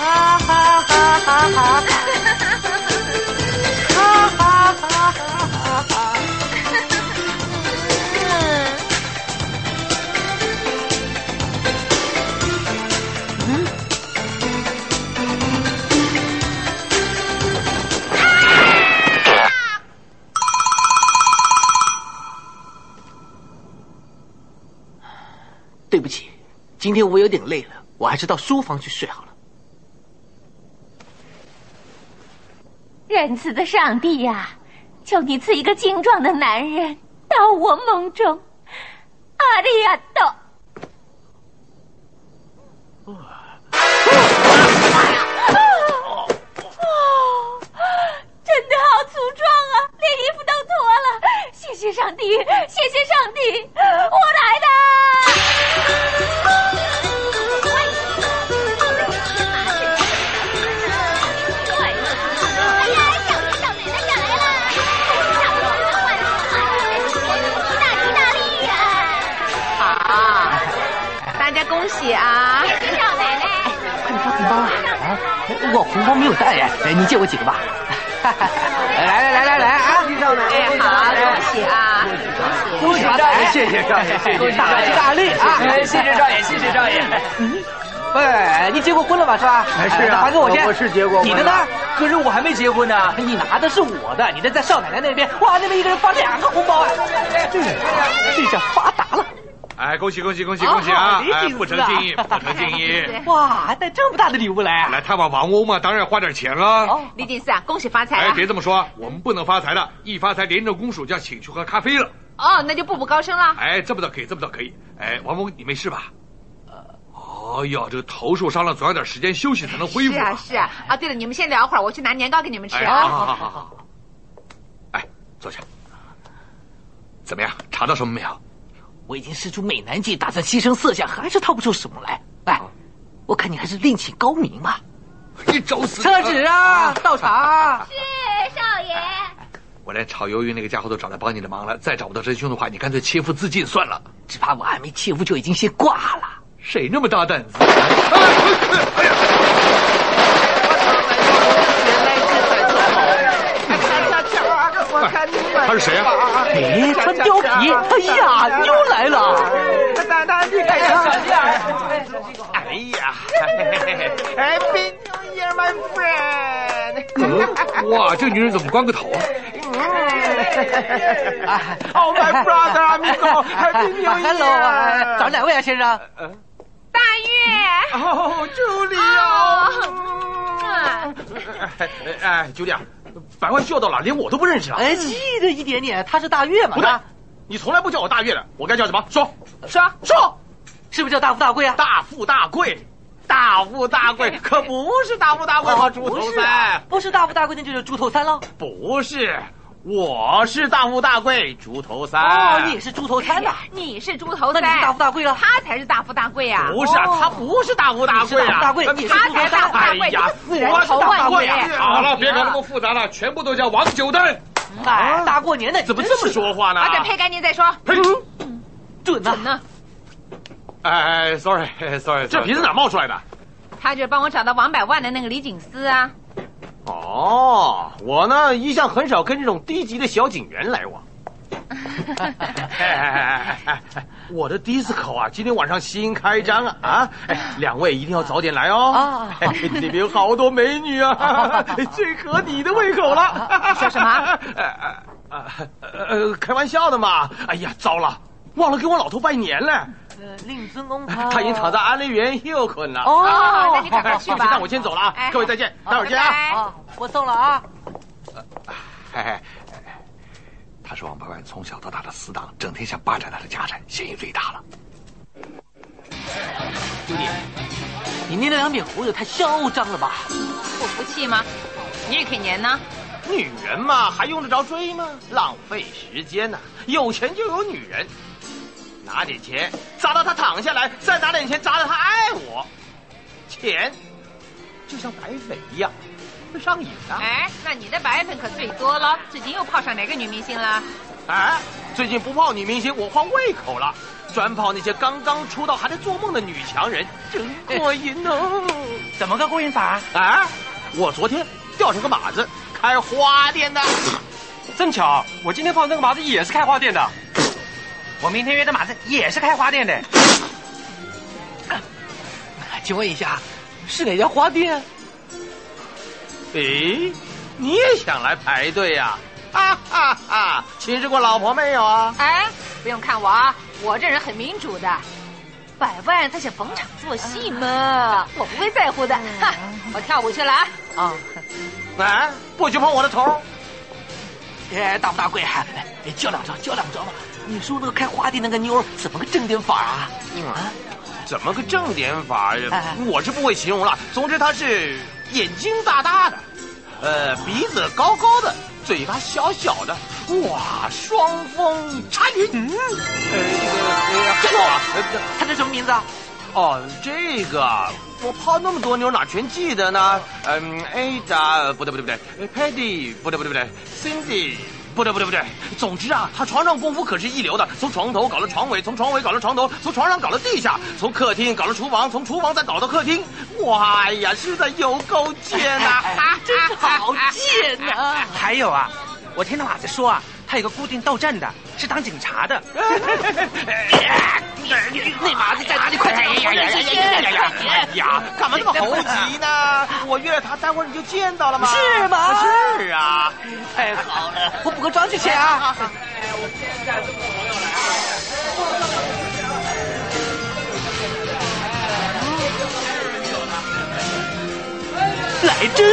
Speaker 1: 哈哈哈哈哈！哈哈哈哈哈！
Speaker 9: 对不起，今天我有点累了，我还是到书房去睡好了。
Speaker 1: 仁慈的上帝呀、求你赐一个精壮的男人到我梦中。阿利亚多，真的好粗壮啊，连衣服都脱了。谢谢上帝，谢谢上帝，我来的。
Speaker 5: 哎哎啊，大家恭喜啊！
Speaker 17: 少奶奶，
Speaker 9: 快点发红包啊！啊，我红包没有带哎，哎你借我几 个吧。来来来来来啊！
Speaker 5: 哎，好，恭喜啊！
Speaker 9: 恭喜
Speaker 18: 啊
Speaker 5: 少爷
Speaker 9: 谢谢少爷，谢谢大吉大利啊！
Speaker 16: 哎谢谢少爷谢谢少爷。
Speaker 18: 喂，哎你结过婚了吧？是吧？
Speaker 16: 哎是啊
Speaker 18: 打给我先。
Speaker 16: 我是结过婚
Speaker 18: 你
Speaker 16: 了
Speaker 18: 的呢？可是我还没结婚呢。哎你拿的是我的，你的在少奶奶那边。哇，那边一个人发两个红包啊！
Speaker 16: 哎啊
Speaker 18: 哎这下发达了。
Speaker 7: 哎，恭喜恭喜恭喜恭喜啊！哎，不成敬意， 不成敬意。
Speaker 18: 哇，带这么大的礼物来啊！
Speaker 7: 来探望王翁嘛，当然花点钱了。
Speaker 5: 李锦四啊，恭喜发财
Speaker 7: 哎，
Speaker 5: 啊！
Speaker 7: 别这么说，我们不能发财的，一发财廉政公署就要请去喝咖啡了。
Speaker 5: 哦，那就步步高升了。
Speaker 7: 哎，这么倒可以，这么倒可以。哎，王翁，你没事吧？呃，哎呀，这个头受伤了，总要点时间休息才能恢复
Speaker 5: 是。啊是啊啊！对了，你们先聊会儿，我去拿年糕给你们吃
Speaker 7: 哎，
Speaker 5: 啊。
Speaker 7: 好好好好好。哎，坐下。怎么样？查到什么没有？
Speaker 9: 我已经施出美男计，打算牺牲色相，还是套不出什么来。哎，我看你还是另起高明吧。
Speaker 7: 你找死！
Speaker 18: 厕纸啊，倒茶啊。
Speaker 17: 是少爷。
Speaker 7: 我连炒鱿鱼那个家伙都找来帮你的忙了，再找不到真凶的话，你干脆切腹自尽算了。
Speaker 9: 只怕我还没切腹就已经先挂了。
Speaker 7: 谁那么大胆子？
Speaker 19: 他
Speaker 7: 是谁啊？
Speaker 9: 哎，
Speaker 19: 穿
Speaker 9: 貂皮哎呀又来了！
Speaker 19: 奶奶，你看看小弟儿。
Speaker 16: 哎呀，
Speaker 19: 哎，Happy New Year, my
Speaker 8: 哎
Speaker 19: friend！
Speaker 7: 哇，这个女人怎么光个头啊？
Speaker 19: Oh my brother, amigo,
Speaker 8: 哦
Speaker 19: Happy New Year!
Speaker 18: Hello，啊找哪位啊，先生？
Speaker 5: 大
Speaker 8: 啊
Speaker 5: 月，
Speaker 19: 哦，朱
Speaker 9: 啊
Speaker 19: 莉
Speaker 5: 哦，
Speaker 16: 哎哎，九点，百万叫到了，连我都不认识了。
Speaker 18: 哎，记得一点点，他是大月嘛？
Speaker 16: 不对，你从来不叫我大月的，我该叫什么？说说说，
Speaker 18: 是不是叫大富大贵啊？
Speaker 16: 大富大贵，大
Speaker 8: 大富大贵，可不是大富大贵和猪头
Speaker 9: 不是
Speaker 8: 三
Speaker 9: 啊，不是大富大贵，那就是猪头三喽。
Speaker 8: 不是，我是大富大贵，猪头三。
Speaker 9: 哦，你也是猪头三呐。
Speaker 1: 你是猪头
Speaker 9: 那
Speaker 1: 三，
Speaker 9: 你是大富大贵了
Speaker 1: 他才是大富大贵呀、啊！
Speaker 8: 不是啊，他不是大富大
Speaker 1: 你
Speaker 8: 贵啊，
Speaker 1: 是大富大贵你是大富大贵
Speaker 8: 哎呀，
Speaker 1: 你是
Speaker 8: 我
Speaker 1: 死人头
Speaker 8: 是
Speaker 1: 万
Speaker 8: 大贵啊
Speaker 1: 年！
Speaker 3: 好了，别搞那么复杂了，全部都叫王九蛋。
Speaker 9: 哎，大过年的，
Speaker 8: 怎么这么说话呢？
Speaker 1: 把这配干净再说。
Speaker 8: 呸！
Speaker 9: 准呐！
Speaker 1: 呢？
Speaker 3: 哎哎，sorry，sorry，
Speaker 8: 这瓶子哪冒出来的？
Speaker 1: 他就是帮我找到王百万的那个李警司啊。
Speaker 8: 哦，我呢一向很少跟这种低级的小警员来往。哎哎哎哎哎！我的 disco 啊，今天晚上新开张啊啊！哎，两位一定要早点来哦。
Speaker 9: 啊
Speaker 8: 哎，里面有好多美女啊，最合你的胃口了。
Speaker 1: 说什么？
Speaker 8: 哎哎呃呃，开玩笑的嘛。哎呀，糟了，忘了给我老头拜年了。
Speaker 9: 呃，令尊公
Speaker 8: 他已经躺在安乐园又困了。
Speaker 9: 哦
Speaker 8: 啊
Speaker 9: 那你赶快
Speaker 8: 哎
Speaker 9: 去吧
Speaker 8: 放心那我先走了啊
Speaker 9: 哎，
Speaker 8: 各位再见，待会儿见
Speaker 1: 哦
Speaker 8: 啊。
Speaker 9: 啊！我送了啊。
Speaker 20: 嘿嘿，他是王百万从小到大的死党，整天想霸占他的家产，嫌疑最大了。
Speaker 9: 九弟，你那两柄胡子太嚣张了吧？
Speaker 1: 我不气吗？你也可以粘呢。
Speaker 8: 女人嘛，还用得着追吗？浪费时间呐、有钱就有女人，拿点钱砸到他躺下来，再拿点钱砸到他爱我。钱就像白粉一样，会上瘾的。
Speaker 1: 哎，那你的白粉可最多了，最近又泡上哪个女明星了？
Speaker 8: 哎，最近不泡女明星，我换胃口了，专泡那些刚刚出道还在做梦的女强人，真过瘾哦！
Speaker 9: 哎怎么个过瘾法？啊
Speaker 8: 哎，我昨天钓上个马子，开花店的。
Speaker 21: 正巧，我今天碰到那个麻子也是开花店的。
Speaker 9: 我明天约的马子也是开花店的。啊请问一下，是哪家花店？
Speaker 8: 诶，哎你也想来排队呀、哈哈哈！亲热过老婆没有啊？
Speaker 1: 哎，不用看我啊，我这人很民主的。百万他想逢场作戏嘛，我不会在乎的。
Speaker 9: 嗯
Speaker 1: 哈，我跳舞去了啊。
Speaker 9: 啊，
Speaker 8: 哎，不许碰我的头！
Speaker 9: 哎，大富大贵， 哎叫两张，叫两张吧。你说那个开花店那个妞儿怎么个正点法啊？啊，
Speaker 8: 怎么个正点法呀
Speaker 9: 哎？
Speaker 8: 我是不会形容了。总之，他是眼睛大大的，呃，鼻子高高的，嘴巴小小的，哇，双峰插云。嗯，呃，这个，呃这
Speaker 9: 他这什么名字啊？
Speaker 8: 哦，这个啊我泡那么多妞，哪全记得呢？嗯，Ada 不对不对不对呃，Patty 不对不对不对，Cindy 不对不对不对。总之啊，她床上功夫可是一流的，从床头搞到床尾，从床尾搞到床头，从床上搞到地下，从客厅搞到厨房，从厨房再搞到客厅。哇哎呀，实在有够贱呐、 啊！
Speaker 9: 真是好贱呐、 还有啊，我听到马子说啊，他有个固定到站的，是当警察的。那马子在哪里？快点！
Speaker 8: 哎呀呀呀呀呀！哎呀， 干嘛那么猴急呢？我约了他，待会儿你就见到了吗？
Speaker 9: 是吗
Speaker 8: 啊是啊，太好了。
Speaker 9: 我补个妆去去啊！来真！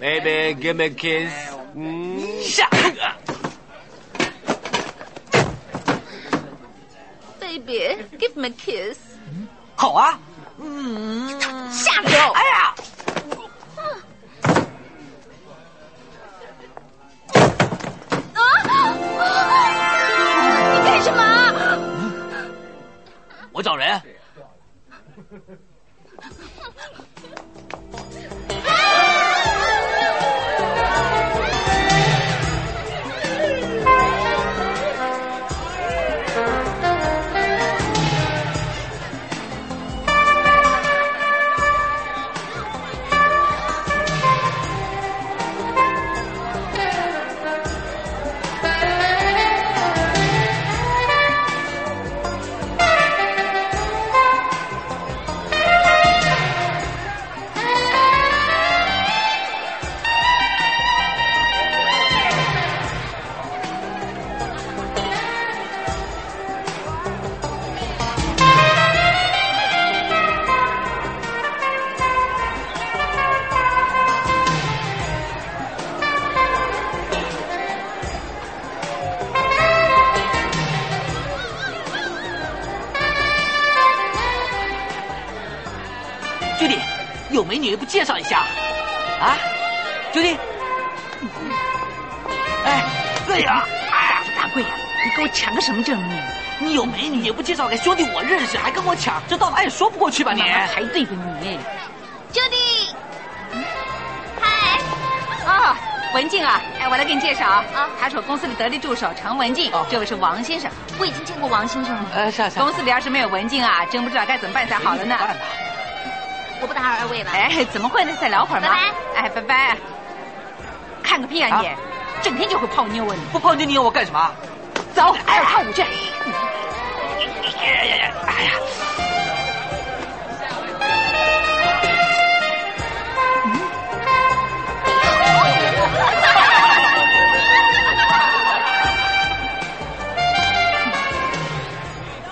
Speaker 22: Baby, give me a kiss. 嗯，
Speaker 9: 下。
Speaker 23: Baby, give me a kiss.
Speaker 9: 好啊，
Speaker 23: 下流！哎呀，啊！你干什么？
Speaker 9: 我找人。朱迪，有美女不介绍一下？啊，朱迪，哎，对呀、哎，大贵呀，你给我抢个什么证明？你有美女也不介绍给兄弟我认识，还跟我抢，这到哪也说不过去吧你？还对着你，
Speaker 5: Judy，
Speaker 1: 啊、文静啊，哎，我来给你介绍啊，他是我公司的得力助手常文静，这位是王先生。我已经见过王先生了。
Speaker 9: 呃，是啊是啊
Speaker 1: 公司里要是没有文静啊，真不知道该怎么办才好了呢。
Speaker 5: 我不打扰二位了。
Speaker 1: 哎，怎么会呢？再聊会儿嘛。拜拜。哎，拜拜。看个屁啊你！整天就会泡妞啊你！
Speaker 9: 不泡妞你要我干什么？
Speaker 1: 走，哎，看我去。
Speaker 24: 哎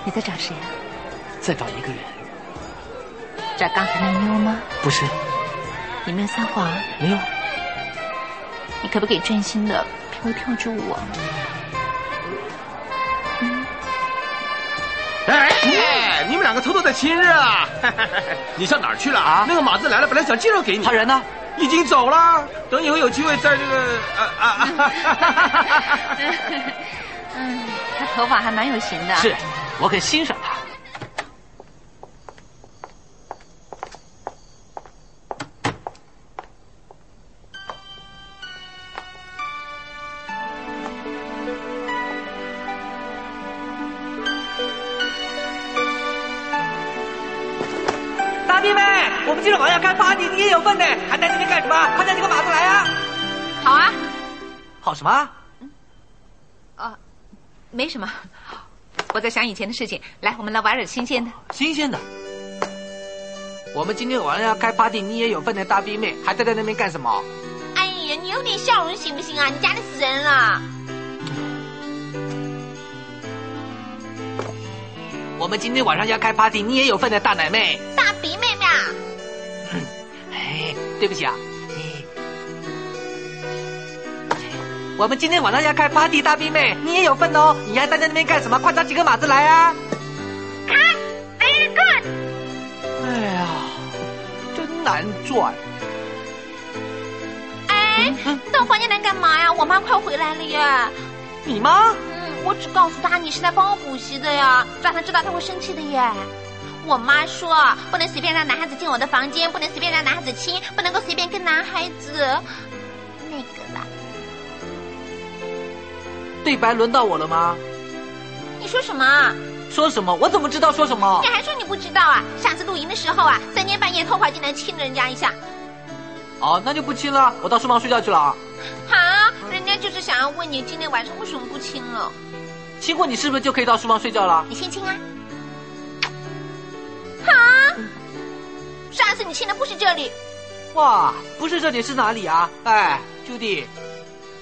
Speaker 25: 你在找谁啊？
Speaker 24: 再找一个人，
Speaker 25: 找刚才那妞吗？
Speaker 24: 不是
Speaker 25: 你没有撒谎，啊
Speaker 24: 没有，
Speaker 25: 你可不可以专心的飘一飘着我？
Speaker 3: 哎，哎你们两个偷偷的亲热啊！ 你上哪儿去了啊？那个马子来了，本来想介绍给你，他人呢？已经走了。等以后有机会在这个呃啊啊！
Speaker 25: 嗯，他头发还蛮有型的。
Speaker 9: 是，我很欣赏他。大弟妹，我们今晚要开 party，你也有份呢，还在这边干什么？快带几个马子来啊！
Speaker 1: 好啊，
Speaker 9: 好什么？
Speaker 1: 没什么，我在想以前的事情。来，我们来玩点新鲜的。
Speaker 9: 新鲜的。我们今天晚上要开 party，你也有份的，大逼妹还待在那边干什么？
Speaker 5: 哎呀，你有点笑容行不行啊？你家里死人了。
Speaker 9: 我们今天晚上要开 party，你也有份的，大奶妹。
Speaker 5: 大鼻妹妹啊，
Speaker 9: 哎，对不起啊。哎我们今天晚上要开 party，大逼妹，你也有份哦。你还待在那边干什么？快找几个马子来啊！
Speaker 5: ，very good。
Speaker 9: 哎呀，真难赚。
Speaker 5: 哎，你到房间来干嘛呀？我妈快回来了耶。
Speaker 9: 你妈？
Speaker 5: 嗯，我只告诉她你是来帮我补习的呀，让她知道她会生气的耶。我妈说不能随便让男孩子进我的房间，不能随便让男孩子亲，不能够随便跟男孩子那个啦。
Speaker 9: 对白轮到我了吗？
Speaker 5: 你说什么啊？
Speaker 9: 说什么？我怎么知道说什么
Speaker 5: 你？还说你不知道啊？上次露营的时候啊，三更半夜偷跑进来亲了人家一下，
Speaker 9: 哦，那就不亲了，我到书房睡觉去了啊。
Speaker 5: 哈，人家就是想要问你今天晚上为什么不亲了。
Speaker 9: 亲过你是不是就可以到书房睡觉了？
Speaker 5: 你先亲啊！哈，上次你亲的不是这里，
Speaker 9: 哇，不是这里是哪里啊？哎，Judy，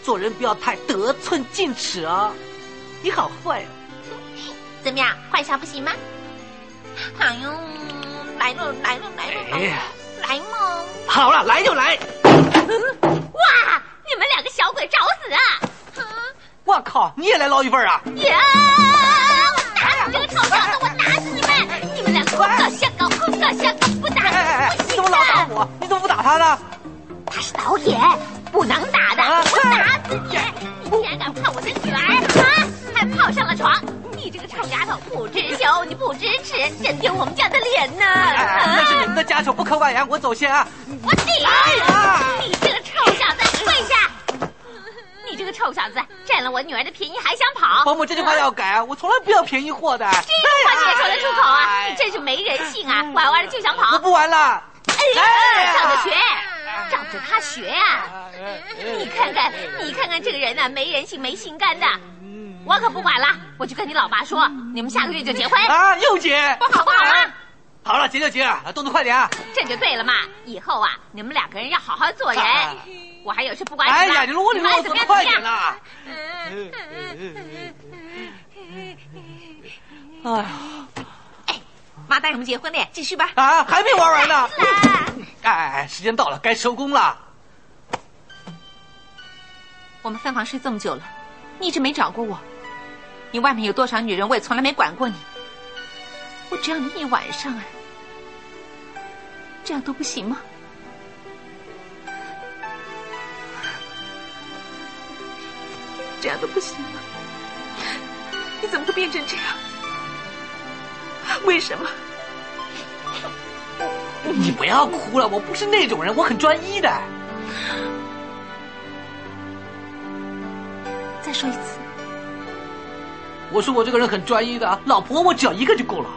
Speaker 9: 做人不要太得寸进尺啊！你好坏啊！
Speaker 5: 怎么样？换一下不行吗？哎呦，来了来了来了来了，来嘛！
Speaker 9: 好了，来就来。
Speaker 5: 哇，你们两个小鬼找死啊！
Speaker 9: 我靠，你也来捞一份儿啊？
Speaker 5: 呀！我打死你这个臭小子！我打死你们！你们两个胡搞瞎搞，胡搞瞎搞，不打
Speaker 9: 哎，你怎么老打我？你怎么不打他呢？
Speaker 5: 他是导演，不能打的，我打死你！你竟然敢碰我的女儿啊！还泡上了床，你这个臭丫头不知羞，你不知耻，真丢我们家的脸呢！
Speaker 9: 哎，那是你
Speaker 5: 啊！
Speaker 9: 们的家丑不可外扬，我走先啊！
Speaker 5: 我顶！你这个臭小子，跪下！你这个臭小子，占了我女儿的便宜还想跑？
Speaker 9: 保姆，这句话要改啊！我从来不要便宜货的。
Speaker 5: 这个话你也说得出口啊？你真是没人性啊！玩玩的就想跑
Speaker 9: 我，不玩了。
Speaker 5: 哎呀，照着学，照着他学啊！你看看，你看看这个人呐、没人性、没心肝的。我可不管了，我去跟你老爸说，你们下个月就结婚，
Speaker 9: 啊，又结。
Speaker 5: 不好不好啊？
Speaker 9: 好了，结就结，动作快点啊！
Speaker 5: 这就对了嘛！以后啊，你们两个人要好好做人。我还有事不管
Speaker 9: 哎
Speaker 5: 你了。
Speaker 9: 呀，你啰里啰
Speaker 5: 怎么
Speaker 9: 嗦的
Speaker 5: 样
Speaker 9: 快
Speaker 5: 怎
Speaker 9: 点
Speaker 5: 么样
Speaker 9: 啦！哎呀，
Speaker 1: 妈带什么结婚的？继续吧。
Speaker 9: 啊，还没玩完 呢！哎，时间到了，该收工了。
Speaker 1: 我们分房睡这么久了，你一直没找过我。你外面有多少女人，我也从来没管过你。我只要你一晚上啊。这样都不行吗？这样都不行吗？你怎么会变成这样？为什么？
Speaker 9: 你不要哭了，我不是那种人，我很专一的。
Speaker 1: 再说一次，
Speaker 9: 我说我这个人很专一的，啊老婆我只要一个就够了。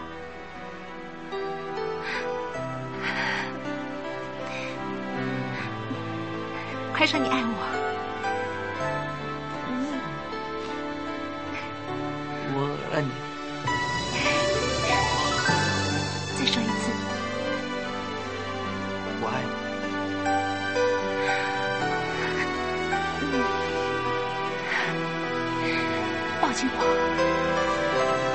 Speaker 1: 快说你爱我，
Speaker 9: 我爱你，
Speaker 1: 再说一次，
Speaker 9: 我爱你。
Speaker 1: 嗯抱紧我。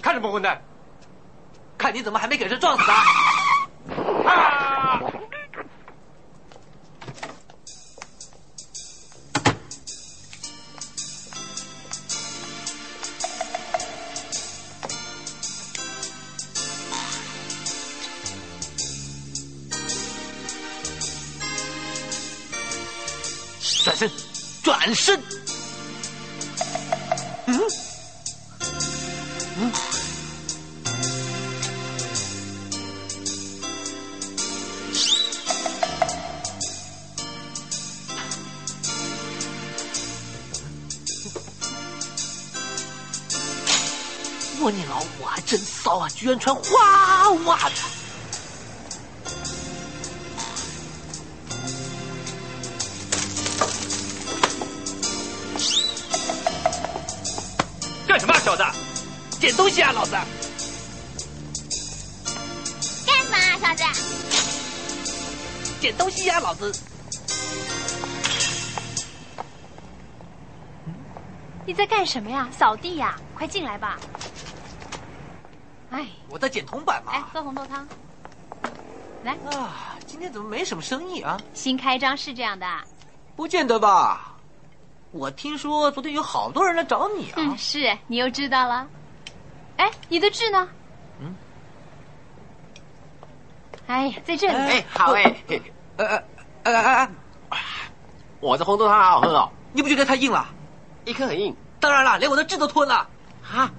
Speaker 26: 看什么混蛋？
Speaker 9: 看你怎么还没给车撞死啊！
Speaker 26: 转身，转身。嗯，嗯，
Speaker 9: 蜗牛老五还真骚啊，居然穿花袜子。
Speaker 26: 干
Speaker 3: 啊
Speaker 26: 什么、小子？
Speaker 9: 捡东西啊，老子！
Speaker 27: 干什么啊，小子？
Speaker 9: 捡东西呀、老子！
Speaker 1: 你在干什么呀？扫地呀！快进来吧。哎，
Speaker 9: 我在捡铜板嘛。
Speaker 1: 哎，喝红豆汤。来，
Speaker 9: 啊，今天怎么没什么生意啊？
Speaker 1: 新开张是这样的。啊
Speaker 9: 不见得吧？我听说昨天有好多人来找你啊。
Speaker 1: 嗯，是你又知道了。哎，你的痣呢？
Speaker 9: 嗯。
Speaker 1: 哎呀，在这里。
Speaker 3: 哎，好哎，嘿呃呃呃呃，呃我这红豆汤好好喝哦，
Speaker 9: 你不觉得太硬了？
Speaker 3: 一颗很硬，
Speaker 9: 当然了，连我的痣都吞了。
Speaker 3: 啊，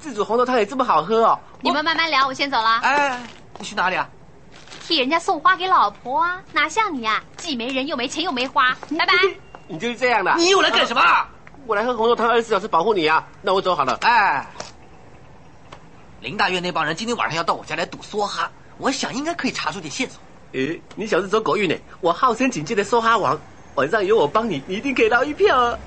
Speaker 3: 自煮红豆汤也这么好喝哦。
Speaker 1: 你们慢慢聊，我先走了。
Speaker 9: 哎，你去哪里啊？
Speaker 1: 替人家送花给老婆啊，哪像你啊，既没人又没钱又没花，拜拜。
Speaker 3: 你就是这样的。
Speaker 9: 你又来干什么？
Speaker 3: 我来喝红豆汤，二十四小时保护你啊。那我走好了。
Speaker 9: 哎，林大院那帮人今天晚上要到我家来赌梭哈，我想应该可以查出点线索。
Speaker 3: 诶，你小子走狗运呢？我号称警界的梭哈王，晚上有我帮你，你一定可以捞一票哦。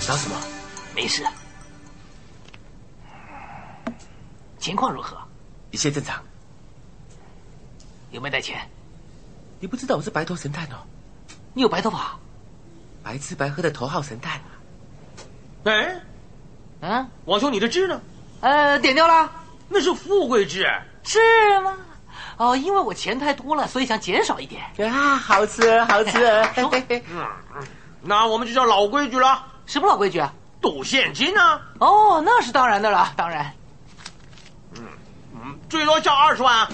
Speaker 9: 想什么？没事。情况如何？
Speaker 3: 一切正常。
Speaker 9: 有没有带钱？
Speaker 3: 你不知道我是白头神探哦，
Speaker 9: 你有白头发？
Speaker 3: 白吃白喝的头号神探。啊
Speaker 28: 哎，
Speaker 9: 啊，
Speaker 28: 王兄，你的痣呢？
Speaker 9: 呃，点掉了。
Speaker 28: 那是富贵痣。
Speaker 9: 是吗？哦，因为我钱太多了，所以想减少一点。
Speaker 3: 啊，好吃，好吃！
Speaker 28: 那我们就叫老规矩了，
Speaker 9: 什么老规矩啊？
Speaker 28: 赌现金啊，
Speaker 9: 哦，那是当然的了，当然。
Speaker 28: 嗯，最多叫二十万啊。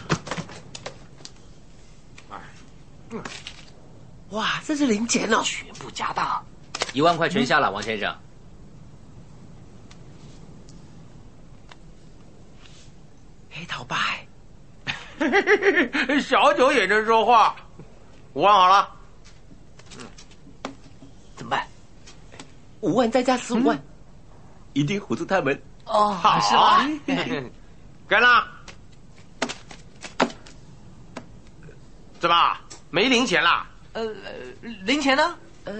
Speaker 3: 哇，这是零钱哦！
Speaker 9: 全部家当，
Speaker 29: 一万块全下了，王先生。
Speaker 3: 黑桃八哎，
Speaker 28: 小九也能说话，五万好了，
Speaker 9: 怎么办？
Speaker 3: 五万再加十五万，一定唬住他们。
Speaker 9: 哦，
Speaker 3: 好
Speaker 9: 是吧？
Speaker 8: 干了，怎么没零钱啦？
Speaker 30: 呃，零钱呢？
Speaker 3: 呃，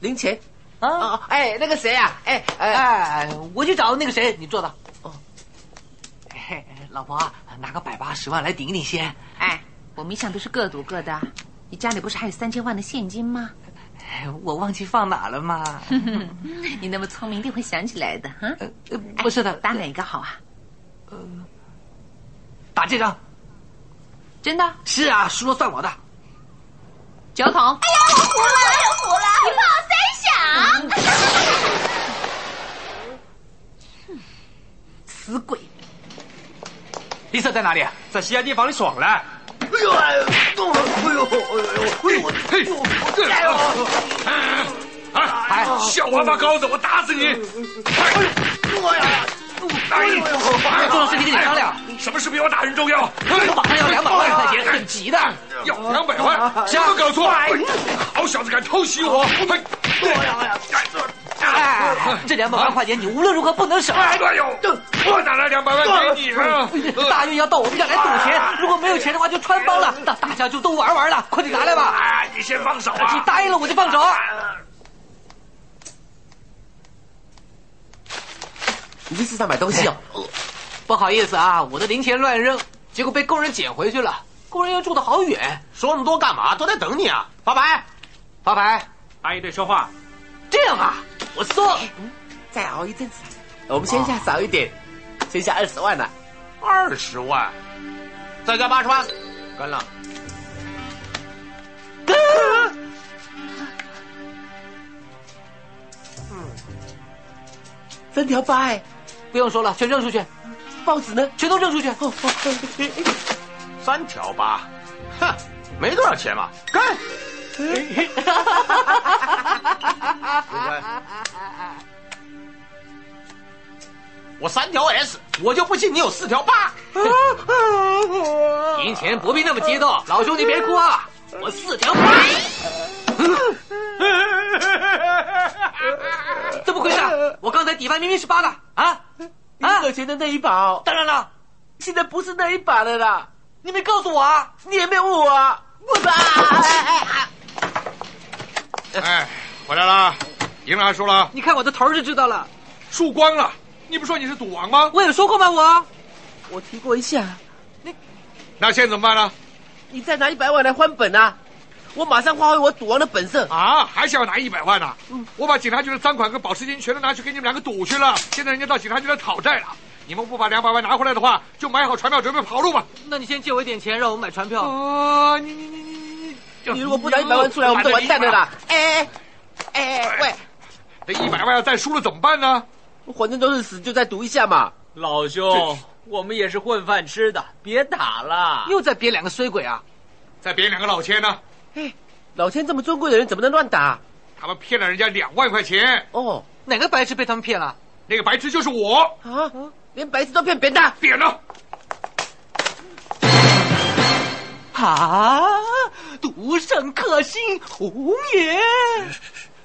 Speaker 3: 零钱哦
Speaker 30: 啊？哎，那个谁呀？哎哎哎，我去找那个谁，你坐着。
Speaker 3: 哦
Speaker 9: 哎嘿老婆，啊拿个百八十万来顶一顶先。
Speaker 5: 哎，我们一向都是各赌各的。啊你家里不是还有三千万的现金吗？
Speaker 9: 哎我忘记放哪 了嘛。
Speaker 5: 你那么聪明，一定会想起来的哈。
Speaker 1: 呃
Speaker 9: 不是的，
Speaker 5: 打哪个好啊？
Speaker 9: 呃，打这张。
Speaker 5: 真的？
Speaker 9: 是啊，输了算我的。
Speaker 5: 酒桶。哎呀，
Speaker 1: 我服了，我服了！
Speaker 9: 嗯
Speaker 1: 你放三响。
Speaker 9: 死鬼！
Speaker 31: 丽色在哪里？在西安地房里爽了。
Speaker 8: 哎呦，哎呦，哎呦，哎呦，哎呦，
Speaker 7: 哎呦！哎，小王八羔子，我打死你！
Speaker 8: 我呀，
Speaker 7: 哎呦，
Speaker 9: 重要事情跟你商量。
Speaker 7: 什么事比我打人重要？
Speaker 9: 马上要两百万块钱，很急的。
Speaker 7: 要两百万？有没有搞错？好小子，敢偷袭我！
Speaker 9: 哎，这两百万块钱你无论如何不能少。
Speaker 3: 啊
Speaker 9: 哎
Speaker 7: 呦，我哪来两百万给你啊？
Speaker 9: 大运要到我们这儿来赌钱，
Speaker 3: 啊
Speaker 9: 如果没有钱的话就穿帮了，大大家就都玩完了，快点拿来吧！
Speaker 7: 哎，你先放手啊！
Speaker 9: 你答应了我就放手。
Speaker 3: 你去市场买东 西哦。
Speaker 9: 呃不好意思啊，我的零钱乱扔，结果被工人捡回去了。工人又住的好远，
Speaker 8: 说那么多干嘛？都在等你啊！
Speaker 9: 发牌，发牌！
Speaker 32: 阿姨对说话。
Speaker 9: 这样啊，我说，
Speaker 3: 哎嗯再熬一阵子，我们先下少一点，先下二十万了。
Speaker 8: 二十万，再加八十万，干了。
Speaker 3: 三条八哎，
Speaker 9: 不用说了，全扔出去。
Speaker 3: 报纸呢？
Speaker 9: 全都扔出去。
Speaker 8: 三条八，哼，没多少钱嘛，干！ 我三条 S，我就不信你有四条八。
Speaker 9: 赢钱不必那么激动，老兄弟别哭啊！我四条八， 怎么回事？我刚才底牌明明是八的啊！
Speaker 3: 你有钱的那一把哦，
Speaker 9: 当然了，
Speaker 3: 现在不是那一把了啦。
Speaker 9: 你没告诉我啊？
Speaker 3: 你也没有问我啊。我的，
Speaker 7: 哎，回来啦，赢了还输了？
Speaker 9: 你看我的头就知道了，
Speaker 7: 输光了。你不说你是赌王吗？
Speaker 9: 我有说过吗？我，
Speaker 3: 我提过一下。
Speaker 9: 那，
Speaker 7: 那现在怎么办呢？
Speaker 3: 你再拿一百万来换本啊！我马上发挥我赌王的本色
Speaker 7: 啊！还想要拿一百万呢、啊？嗯，我把警察局的赃款跟保释金全都拿去给你们两个赌去了。现在人家到警察局来讨债了，你们不把两百万拿回来的话，就买好船票准备跑路吧。
Speaker 9: 那你先借我一点钱，让我买船票。哎
Speaker 7: 啊！你你你你
Speaker 3: 嗯你！你如果不拿一百万出来，我们就完蛋了啦！哎哎哎喂！
Speaker 7: 这一百万要再输了怎么办呢？
Speaker 3: 反正都是死，就再赌一下嘛。
Speaker 33: 老兄，我们也是混饭吃的，别打了。
Speaker 9: 啊又再憋两个衰鬼啊！
Speaker 7: 再别两个老千呢、啊！
Speaker 3: 哎，老千这么尊贵的人怎么能乱打、啊？
Speaker 7: 他们骗了人家两万块钱。
Speaker 3: 哦，
Speaker 9: 哪个白痴被他们骗了？
Speaker 7: 那个白痴就是我
Speaker 3: 啊！连白痴都骗别人的，
Speaker 7: 扁了！
Speaker 9: 啊！独胜克星红爷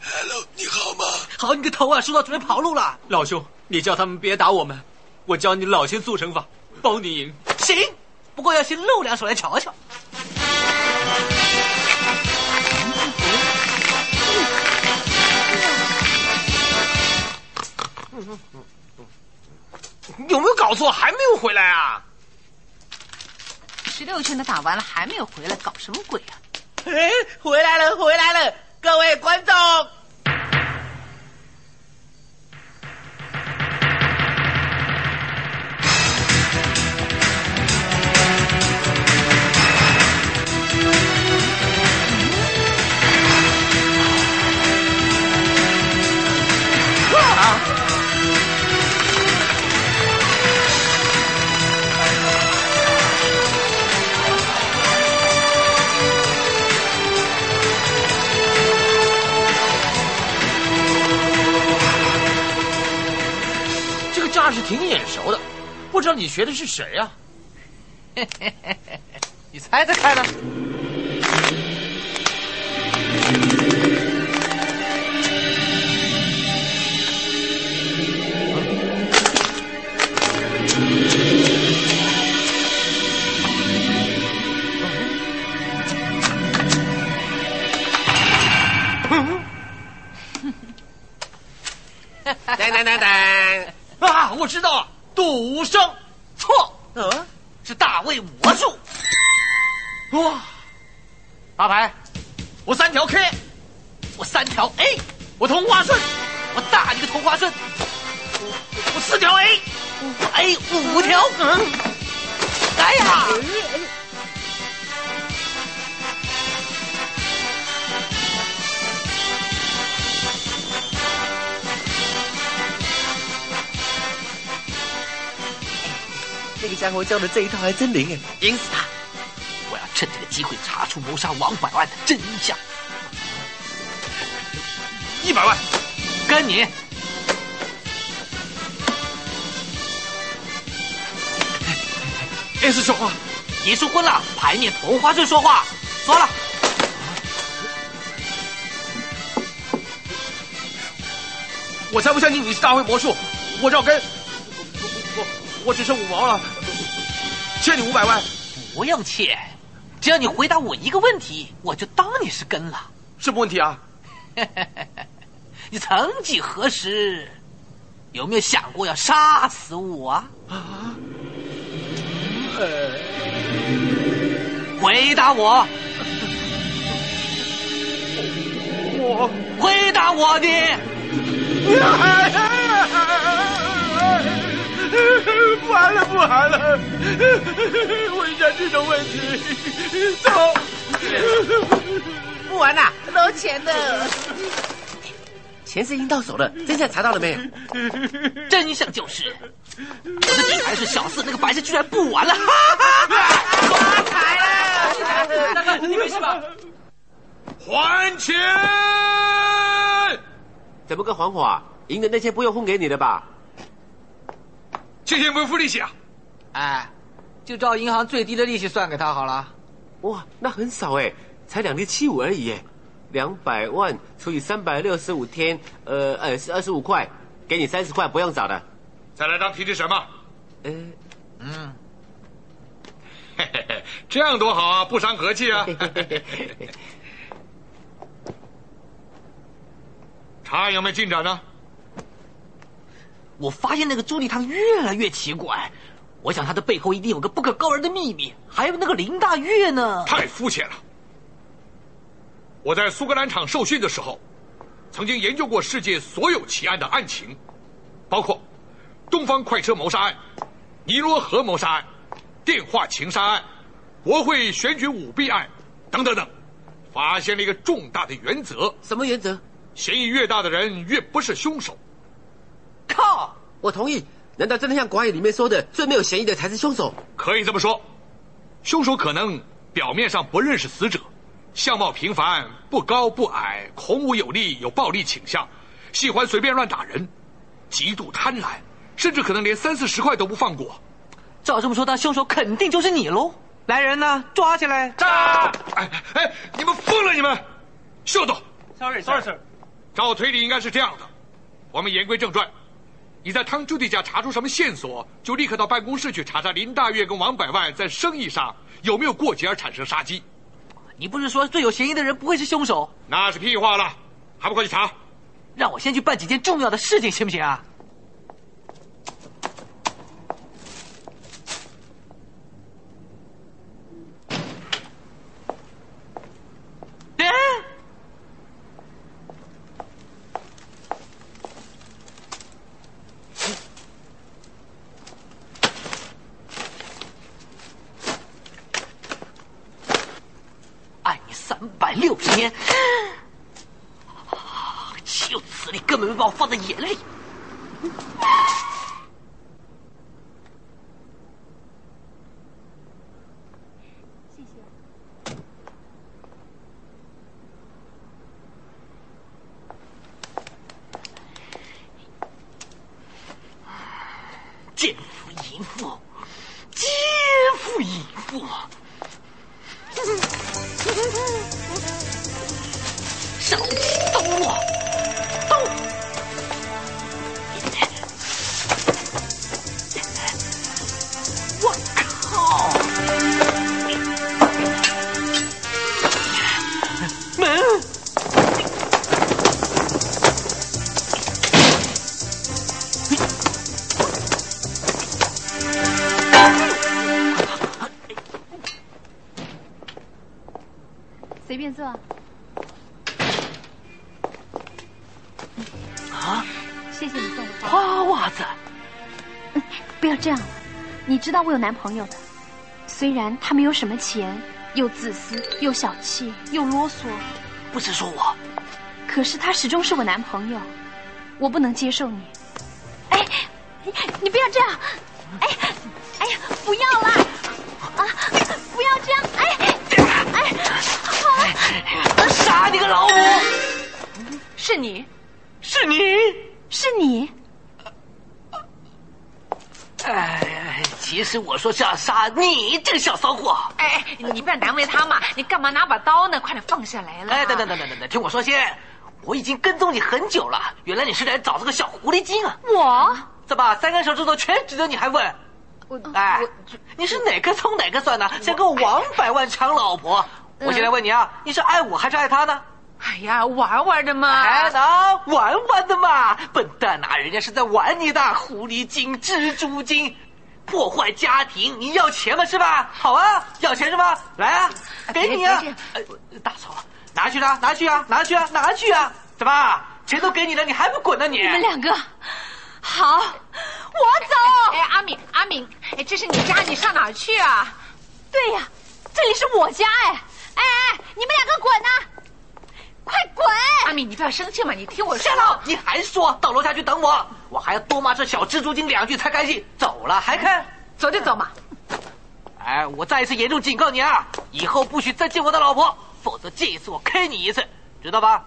Speaker 34: ，Hello，你好吗？
Speaker 9: 好你个头啊！输到准备跑路了。
Speaker 33: 老兄，你叫他们别打我们，我教你老千速成法，包你赢。
Speaker 9: 行，不过要先露两手来瞧瞧。
Speaker 8: 有没有搞错？还没有回来啊？
Speaker 5: 十六圈的打完了还没有回来，搞什么鬼啊？
Speaker 3: 哎，回来了，回来了，各位观众！
Speaker 8: 啊！架势挺眼熟的，不知道你学的是谁呀、
Speaker 9: 啊？ 你猜猜看呢？
Speaker 35: 等等等等，啊，我知道了，杜无声，错，嗯、是大卫魔术。哇，阿白，我三条 K，我三条 A，我同花顺，我大你个同花顺，我四条 A，我 A 五条，嗯，哎呀，
Speaker 9: 那个家伙教的这一套还真灵哎，赢死他！我要趁这个机会查出谋杀王百万的真相。
Speaker 35: 一百万，
Speaker 9: 跟你
Speaker 35: ，A 四说话，
Speaker 9: 结束婚了，牌面同花顺说话，说了。
Speaker 35: 我才不相信你是大会魔术，我照跟，我我我只剩五毛了，欠你五百万。
Speaker 9: 不用切，只要你回答我一个问题，我就当你是跟了。
Speaker 35: 什么问题啊？
Speaker 9: 你曾几何时，有没有想过要杀死我啊？回答我，
Speaker 35: 我
Speaker 9: 回答我的。
Speaker 35: 不玩了，不玩了！问一下这种问题，走。
Speaker 19: 不玩了，搂钱的。
Speaker 3: 钱是已经到手了，真相查到了没有？
Speaker 9: 真相就是，我的底牌是小四，那个白色居然不玩了，哈哈哈！发财了！
Speaker 18: 大哥，你没事吧？
Speaker 35: 还钱！
Speaker 3: 怎么个还法？赢的那些不用分给你的吧？
Speaker 7: 这些不用付利息啊？
Speaker 18: 哎，就照银行最低的利息算给他好了。
Speaker 3: 哇，那很少哎，才两零七五而已哎，两百万除以三百六十五天，呃呃是二十五块，给你三十块，不用找的。
Speaker 7: 再来张皮质什么？
Speaker 3: 呃，
Speaker 7: 嗯，嘿嘿嘿，这样多好啊，不伤和气啊。查案有没有进展呢？
Speaker 9: 我发现那个朱莉她越来越奇怪，我想她的背后一定有个不可告人的秘密，还有那个林大月呢。
Speaker 7: 太肤浅了。我在苏格兰场受训的时候，曾经研究过世界所有奇案的案情，包括东方快车谋杀案、尼罗河谋杀案、电话情杀案、国会选举舞弊案等等等，发现了一个重大的原则：
Speaker 3: 什么原则？
Speaker 7: 嫌疑越大的人越不是凶手。
Speaker 3: 靠！我同意。难道真的像广义里面说的，最没有嫌疑的才是凶手？
Speaker 7: 可以这么说，凶手可能表面上不认识死者，相貌平凡，不高不矮，孔武有力，有暴力倾向，喜欢随便乱打人，极度贪婪，甚至可能连三四十块都不放过。
Speaker 9: 照这么说，那凶手肯定就是你喽！
Speaker 18: 来人呐，抓起来！
Speaker 7: 炸！哎哎，你们疯了！你们，秀逗。
Speaker 36: Sorry, sorry, sir。
Speaker 7: 照推理应该是这样的，我们言归正传。你在汤朱迪家查出什么线索，就立刻到办公室去查查林大月跟王百万在生意上有没有过节而产生杀机。
Speaker 9: 你不是说最有嫌疑的人不会是凶手？
Speaker 7: 那是屁话了，还不快去查！
Speaker 9: 让我先去办几件重要的事情，行不行啊？
Speaker 18: 哎，
Speaker 9: 爱哎你三百六十年，啊岂有此理！根本没把我放在眼里。奸夫淫妇，奸夫淫妇，手起刀落，刀！我靠！门！
Speaker 1: 坐。
Speaker 9: 啊！
Speaker 1: 谢谢你送的花。
Speaker 9: 花袜子，
Speaker 37: 啊不要这样了，你知道我有男朋友的，虽然他没有什么钱，又自私又小气又啰嗦，
Speaker 9: 不是说我，
Speaker 37: 可是他始终是我男朋友，我不能接受你。
Speaker 38: 哎，你你不要这样！哎，哎呀，不要啦！啊，不要这样！哎，哎，
Speaker 9: 啊！杀你个老母！
Speaker 5: 是你，
Speaker 9: 是你，
Speaker 37: 是你。
Speaker 9: 哎，其实我说是要杀你这个小骚货。
Speaker 1: 啊
Speaker 5: 哎，你不要难为他嘛！你干嘛拿把刀呢？快点放下来了！
Speaker 9: 哎，等等等等等等，听我说先，我已经跟踪你很久了，原来你是来找这个小狐狸精啊！
Speaker 5: 我
Speaker 9: 怎么三根手指头全指着你还问？
Speaker 1: 我哎
Speaker 9: 哎，你是哪个葱哪个蒜呢？像个王百万抢老婆。
Speaker 1: 嗯
Speaker 9: 我现在问你啊，你是爱我还是爱他呢？
Speaker 5: 哎呀，玩玩的嘛！
Speaker 9: 哎，能玩玩的嘛，笨蛋啊！人家是在玩你的，狐狸精、蜘蛛精，破坏家庭，你要钱吗？是吧？好啊，要钱是吧？来啊，给你啊！呃，打错了，拿去啊，拿去啊，拿去啊，拿去啊！怎么，钱都给你了，你还不滚呢、啊？你
Speaker 38: 你们两个，好，我走。
Speaker 5: 哎，阿敏，阿敏，哎，这是你家，你上哪儿去啊？
Speaker 38: 对呀、这里是我家哎，哎哎，你们两个滚呐、快滚！
Speaker 5: 阿敏，你不要生气嘛，你听我说
Speaker 9: 夏。浪，你还说到楼下去等我，我还要多骂这小蜘蛛精两句才甘心。走了，还看？
Speaker 5: 走就走嘛。
Speaker 9: 哎，我再一次严重警告你啊，以后不许再见我的老婆，否则这一次我 K 你一次，知道吧？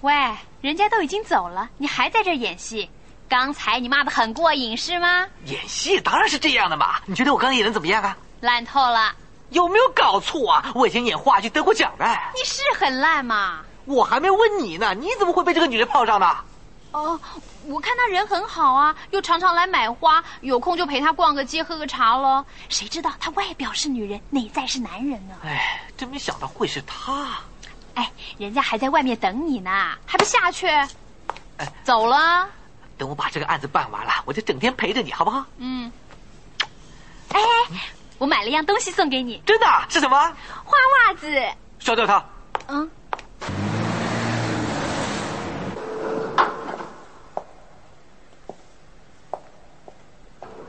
Speaker 1: 喂，人家都已经走了，你还在这儿演戏？刚才你骂的很过瘾是吗？
Speaker 9: 演戏当然是这样的嘛，你觉得我刚才演的怎么样啊？
Speaker 1: 烂透了，
Speaker 9: 有没有搞错啊？我以前演话剧得过奖的，
Speaker 1: 你是很烂嘛？
Speaker 9: 我还没问你呢，你怎么会被这个女人泡上呢？
Speaker 1: 哦，我看他人很好啊，又常常来买花，有空就陪他逛个街、喝个茶喽。谁知道他外表是女人，内在是男人呢？
Speaker 9: 哎，真没想到会是她。
Speaker 1: 哎，人家还在外面等你呢，还不下去？
Speaker 39: 哎
Speaker 1: 走了。
Speaker 9: 等我把这个案子办完了，我就整天陪着你，好不好？
Speaker 1: 嗯。哎，我买了样东西送给你，
Speaker 9: 真的啊是什么？
Speaker 1: 花袜子。
Speaker 9: 烧掉它。
Speaker 1: 嗯。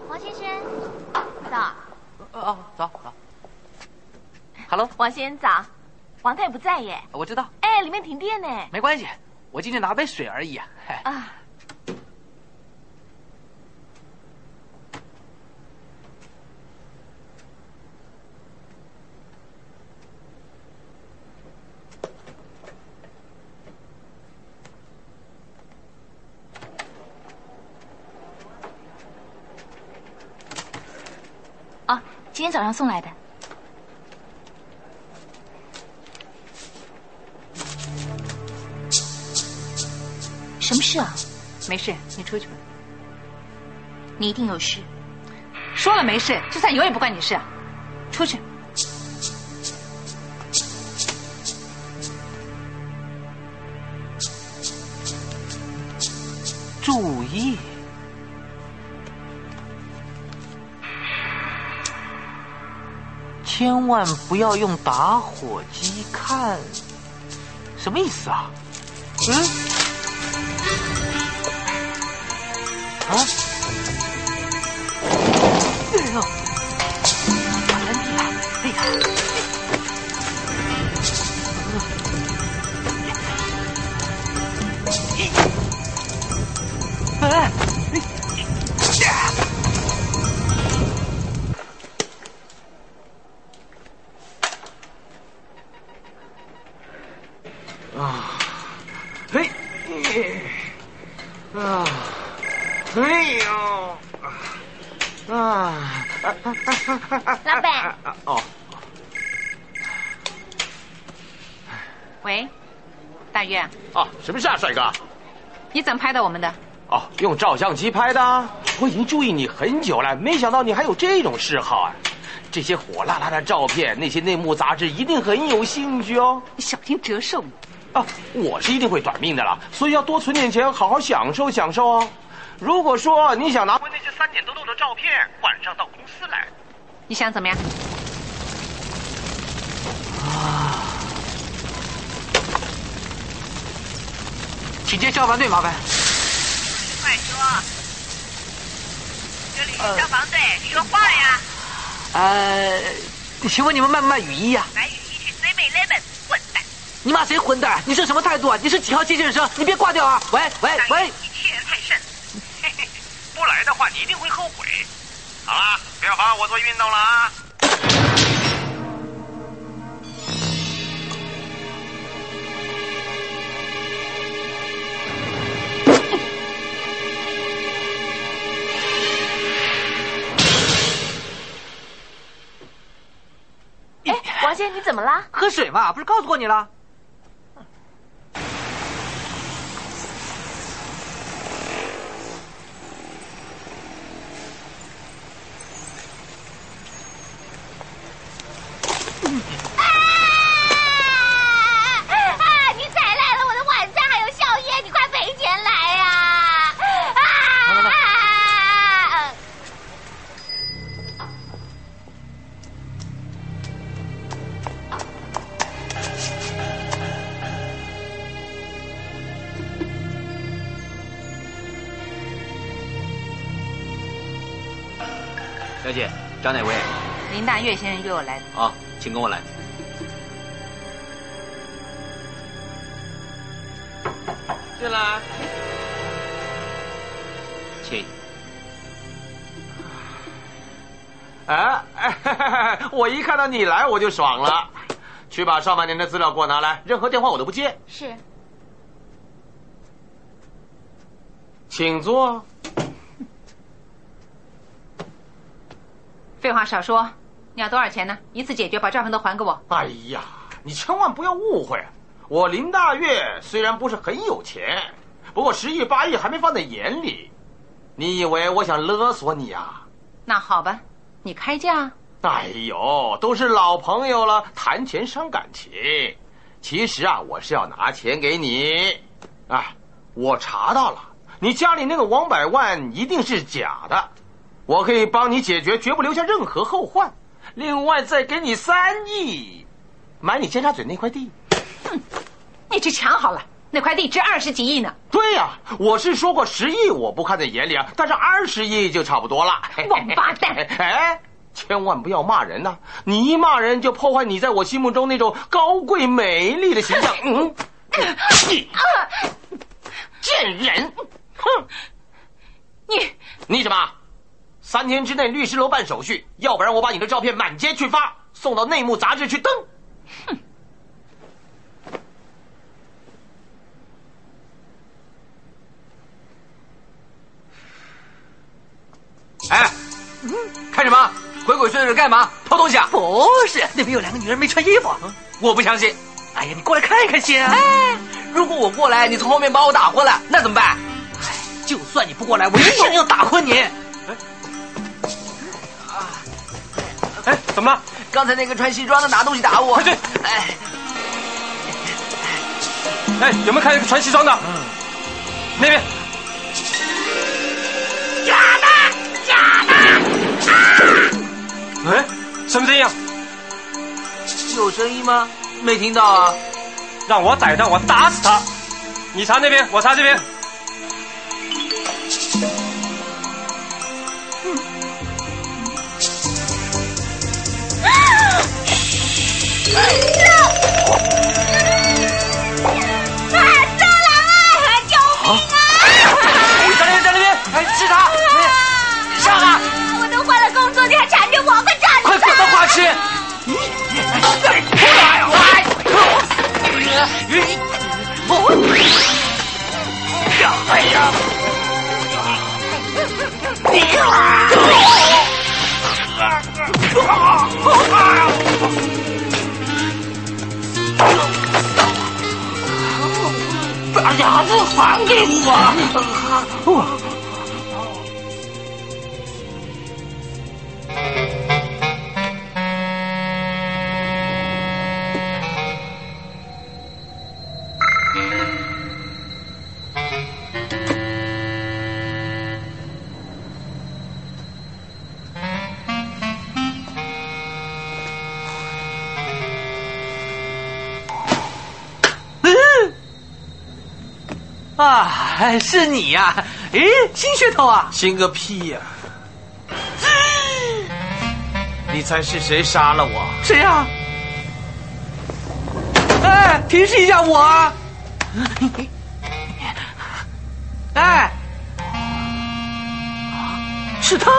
Speaker 40: 王先生，
Speaker 38: 早。
Speaker 9: 哦，走走。Hello，
Speaker 38: 王先生早，王太不在耶。
Speaker 9: 我知道，
Speaker 38: 哎，里面停电呢。
Speaker 9: 没关系，我进去拿杯水而已啊。嗨
Speaker 38: 啊，
Speaker 1: 哦，今天早上送来的。什么事啊？
Speaker 5: 没事，你出去吧。
Speaker 1: 你一定有事。
Speaker 5: 说了没事，就算有也不关你事啊。出去。
Speaker 9: 注意，千万不要用打火机看，什么意思啊？嗯？啊？哎呦！完了你了，哎呀！哎，
Speaker 41: 啊，嘿，啊，哎呦，啊，
Speaker 9: 啊
Speaker 40: 老
Speaker 39: 啊
Speaker 40: 板，
Speaker 41: 哦，
Speaker 5: 喂，大月，
Speaker 7: 啊，什么事啊，帅哥？
Speaker 5: 你怎么拍到我们的？
Speaker 7: 哦，用照相机拍的啊。我已经注意你很久了，没想到你还有这种嗜好啊！这些火辣辣的照片，那些内幕杂志一定很有兴趣哦。
Speaker 5: 你小心折寿你！
Speaker 7: 啊，我是一定会短命的了，所以要多存点钱，好好享受享受哦。如果说你想拿
Speaker 42: 回那些三点多钟的照片，晚上到公司来。
Speaker 5: 你想怎么样？
Speaker 9: 请见消防队，麻烦。
Speaker 6: 快说，这里是消防队，说话呀！
Speaker 9: 呃，请问你们卖不卖雨衣呀、啊
Speaker 6: 买雨衣去 Seven Eleven，混蛋！
Speaker 9: 你骂谁混蛋？你是什么态度啊？你是几号机器人生？你别挂掉啊！喂喂喂！
Speaker 6: 你欺人太甚！
Speaker 43: 嘿嘿，不来的话你一定会后悔。好啦，不要妨碍我做运动了啊！
Speaker 39: 哎，王先生，你怎么
Speaker 1: 啊
Speaker 39: 啦？
Speaker 9: 喝水嘛，不是告诉过你了？
Speaker 1: 啊！你踩烂了我的晚餐，还有宵夜，你快赔钱来呀、啊！啊！
Speaker 44: 小姐，找哪位？
Speaker 5: 林大岳先生约我来的。
Speaker 44: 啊，请跟我来。
Speaker 9: 进来。
Speaker 44: 请。
Speaker 7: 啊， 我一看到你来我就爽了。去把上半年的资料给我拿来，任何电话我都不接。
Speaker 39: 是，
Speaker 7: 请坐。
Speaker 5: 废话少说，你要多少钱呢？一次解决，把账份都还给我。
Speaker 7: 哎呀，你千万不要误会，啊我林大月虽然不是很有钱，不过十亿八亿还没放在眼里。你以为我想勒索你啊？
Speaker 5: 那好吧，你开价。啊
Speaker 7: 哎呦，都是老朋友了，谈钱伤感情。其实啊，我是要拿钱给你。哎，我查到了，你家里那个王百万一定是假的，我可以帮你解决，绝不留下任何后患。另外再给你三亿，买你尖沙咀那块地。
Speaker 5: 你去抢好了，那块地值二十几亿呢。
Speaker 7: 对呀、我是说过十亿我不看在眼里啊，但是二十亿就差不多了。
Speaker 5: 王八蛋！
Speaker 7: 哎，千万不要骂人呐、你一骂人就破坏你在我心目中那种高贵美丽的 形象。嗯，你贱人！哼，
Speaker 5: 你
Speaker 7: 你什么？三天之内律师楼办手续，要不然我把你的照片满街去发，送到内幕杂志去登。
Speaker 8: 哎，
Speaker 5: 嗯
Speaker 8: 看什么？鬼鬼祟祟的干嘛？偷东西啊？
Speaker 9: 不是，那边有两个女人没穿衣服。
Speaker 8: 我不相信。
Speaker 9: 哎呀，你过来看一看先啊！
Speaker 8: 哎，如果我过来，你从后面把我打昏了，那怎么办？
Speaker 9: 哎就算你不过来，我一定要打昏你。
Speaker 8: 哎，怎么了？刚才那个穿西装的拿东西打我。快去！哎，哎，有没有看见穿西装的？
Speaker 35: 嗯
Speaker 8: 那边。
Speaker 6: 假的，假的！啊！
Speaker 8: 哎，什么声音啊？
Speaker 9: 有声音吗？没听到啊。
Speaker 8: 让我逮到，啊我打死他！你查那边，我查这边。
Speaker 1: 啊哎
Speaker 9: 在那边，在那边！哎，是他！哎上啊！
Speaker 1: 我都换了工作，你还缠着我，快站！
Speaker 9: 快滚到花痴！
Speaker 6: 哎呀！你啊！
Speaker 9: 把牙子还给我！啊，是你呀、诶，新噱头啊！新个屁呀、
Speaker 16: 你猜是谁杀了我？
Speaker 9: 谁呀、哎，提示一下我啊！哎，是他。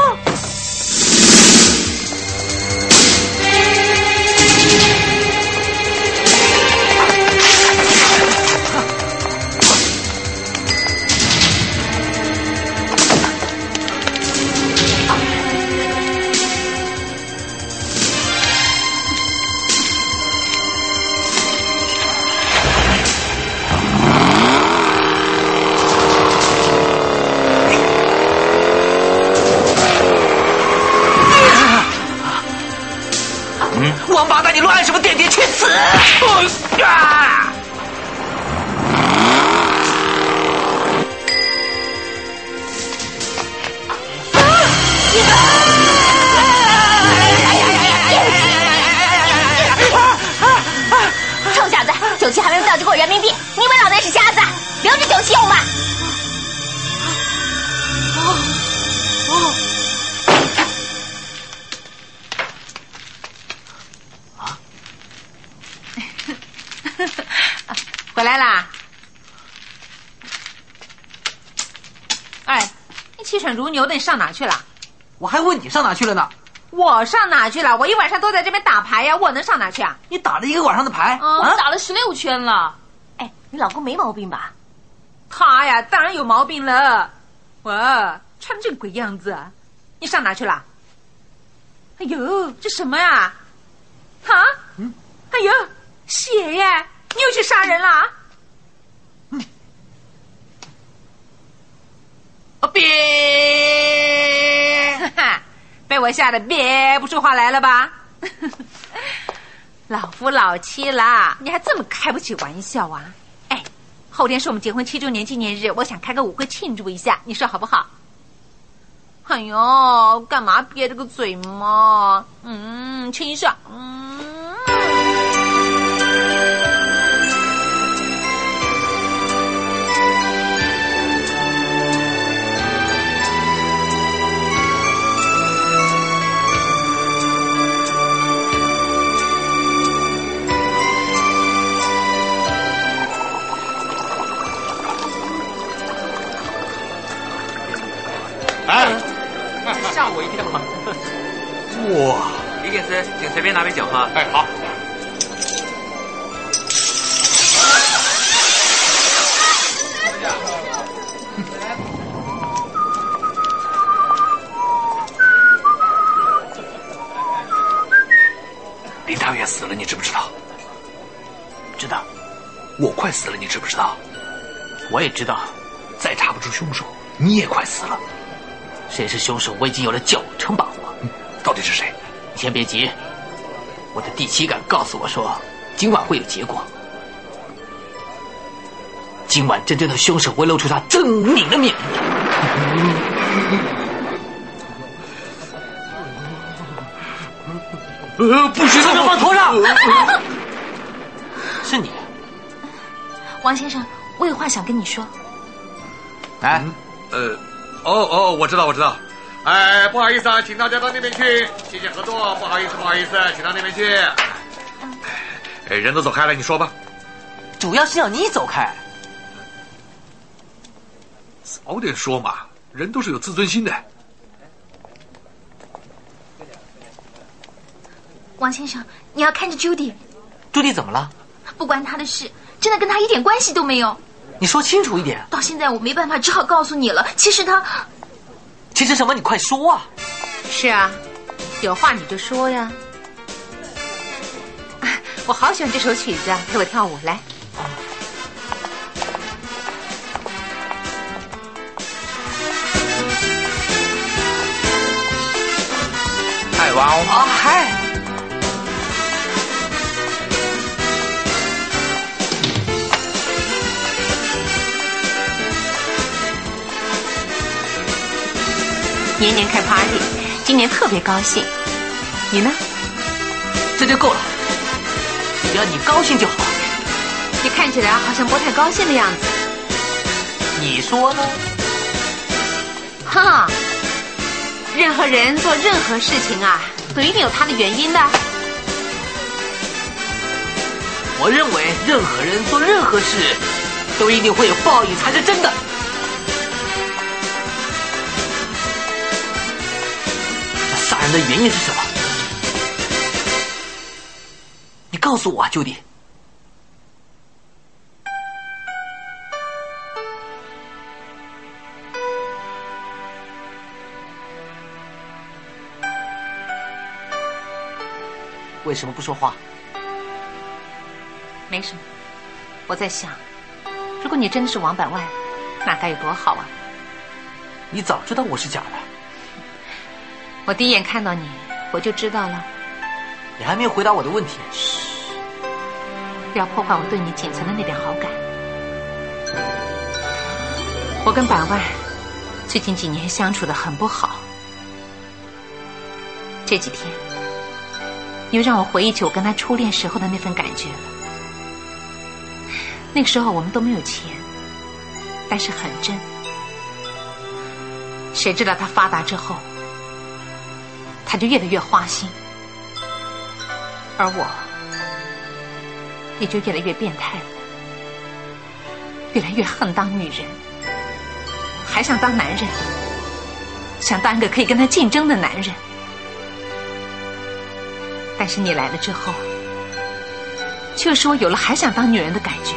Speaker 9: 王八蛋，你乱按什么点点？去死！啊！
Speaker 1: 臭小子，九七还没有调支过人民币，你以为老娘是瞎子啊？留着九七用吧。
Speaker 5: 回来啦！哎，你气喘如牛的，你上哪去了？
Speaker 9: 我还问你上哪去了呢？
Speaker 5: 我上哪去了？我一晚上都在这边打牌呀、我能上哪去啊？
Speaker 9: 你打了一个晚上的牌
Speaker 5: 啊
Speaker 1: 哦
Speaker 9: 啊？
Speaker 5: 打了十六圈了。哎，
Speaker 1: 你老公没毛病吧？
Speaker 5: 他呀，当然有毛病了。我穿这鬼样子，啊你上哪去了？哎呦，这什么呀？啊？
Speaker 1: 嗯
Speaker 5: 哎呦，血耶！你又去杀人了啊？
Speaker 1: 嗯
Speaker 9: 啊 憋，
Speaker 5: 哦哈哈，被我吓得憋不出话来了吧？老夫老妻啦，你还这么开不起玩笑啊？哎，后天是我们结婚七周年纪念日，我想开个舞会庆祝一下，你说好不好？哎呦，干嘛憋着个嘴嘛？嗯，亲一下，嗯。
Speaker 16: 哎，
Speaker 9: 吓我一跳！
Speaker 16: 哇，
Speaker 6: 李警司，请随便拿杯酒喝。
Speaker 7: 哎，好。
Speaker 6: 林大远死了，你知不知道？知道。我快死了，你知不知道？我也知道。再查不出凶手，你也快死了。
Speaker 9: 谁是凶手？我已经有了九成把握。
Speaker 6: 到底是谁？
Speaker 9: 你先别急，我的第七感告诉我说，今晚会有结果。今晚真正的凶手会露出他狰狞的面目。
Speaker 16: 呃，不许呃
Speaker 9: 他们往头上！
Speaker 16: 是你，
Speaker 1: 王先生，我有话想跟你说。
Speaker 16: 哎，
Speaker 7: 呃，哦哦，我知道，我知道。哎，不好意思啊，请大家到那边去，谢谢合作。不好意思，不好意思，请到那边去。哎，人都走开了，你说吧。
Speaker 9: 主要是要你走开。
Speaker 7: 早点说嘛，人都是有自尊心的。
Speaker 1: 王先生，你要看着 Judy，
Speaker 9: 朱莉怎么了？
Speaker 1: 不关他的事，真的跟他一点关系都没有。
Speaker 9: 你说清楚一点。
Speaker 1: 到现在我没办法，只好告诉你了。其实他，
Speaker 9: 其实什么？你快说啊！
Speaker 5: 是啊，有话你就说呀。啊我好喜欢这首曲子啊，陪我跳舞来。
Speaker 16: 嗨，哇哦！
Speaker 9: 啊嗨！
Speaker 1: 年年开 party，今年特别高兴。你呢？
Speaker 9: 这就够了，只要你高兴就好。
Speaker 5: 你看起来好像不太高兴的样子。
Speaker 9: 你说呢？
Speaker 5: 哈，任何人做任何事情啊，总一定有他的原因的。
Speaker 9: 我认为任何人做任何事，都一定会有报应才是真的。那杀人的原因是什么？你告诉我啊，九弟。为什么不说话？
Speaker 5: 没什么，我在想，如果你真的是王百万，那该有多好啊！
Speaker 9: 你早知道我是假的，
Speaker 5: 我第一眼看到你，我就知道了，
Speaker 9: 你还没有回答我的问题。
Speaker 5: 不要破坏我对你仅存的那点好感。我跟百万最近几年相处的很不好，这几天又让我回忆起我跟他初恋时候的那份感觉了。那个时候我们都没有钱，但是很真。谁知道他发达之后，他就越来越花心，而我也就越来越变态了，越来越恨当女人，还想当男人，想当一个可以跟他竞争的男人。但是你来了之后，却使我有了还想当女人的感觉。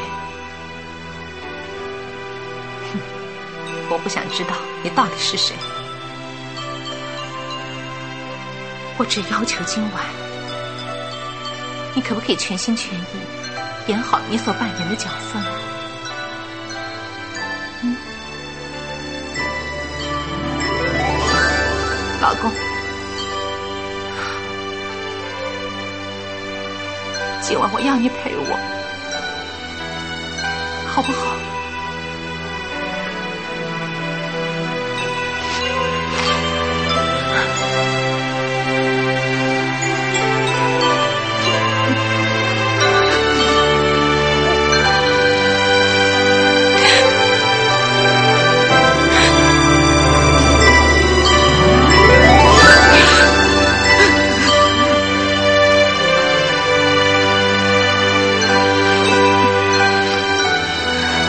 Speaker 5: 哼我不想知道你到底是谁，我只要求今晚，你可不可以全心全意演好你所扮演的角色呢？嗯，老公，今晚我要你陪我，好不好？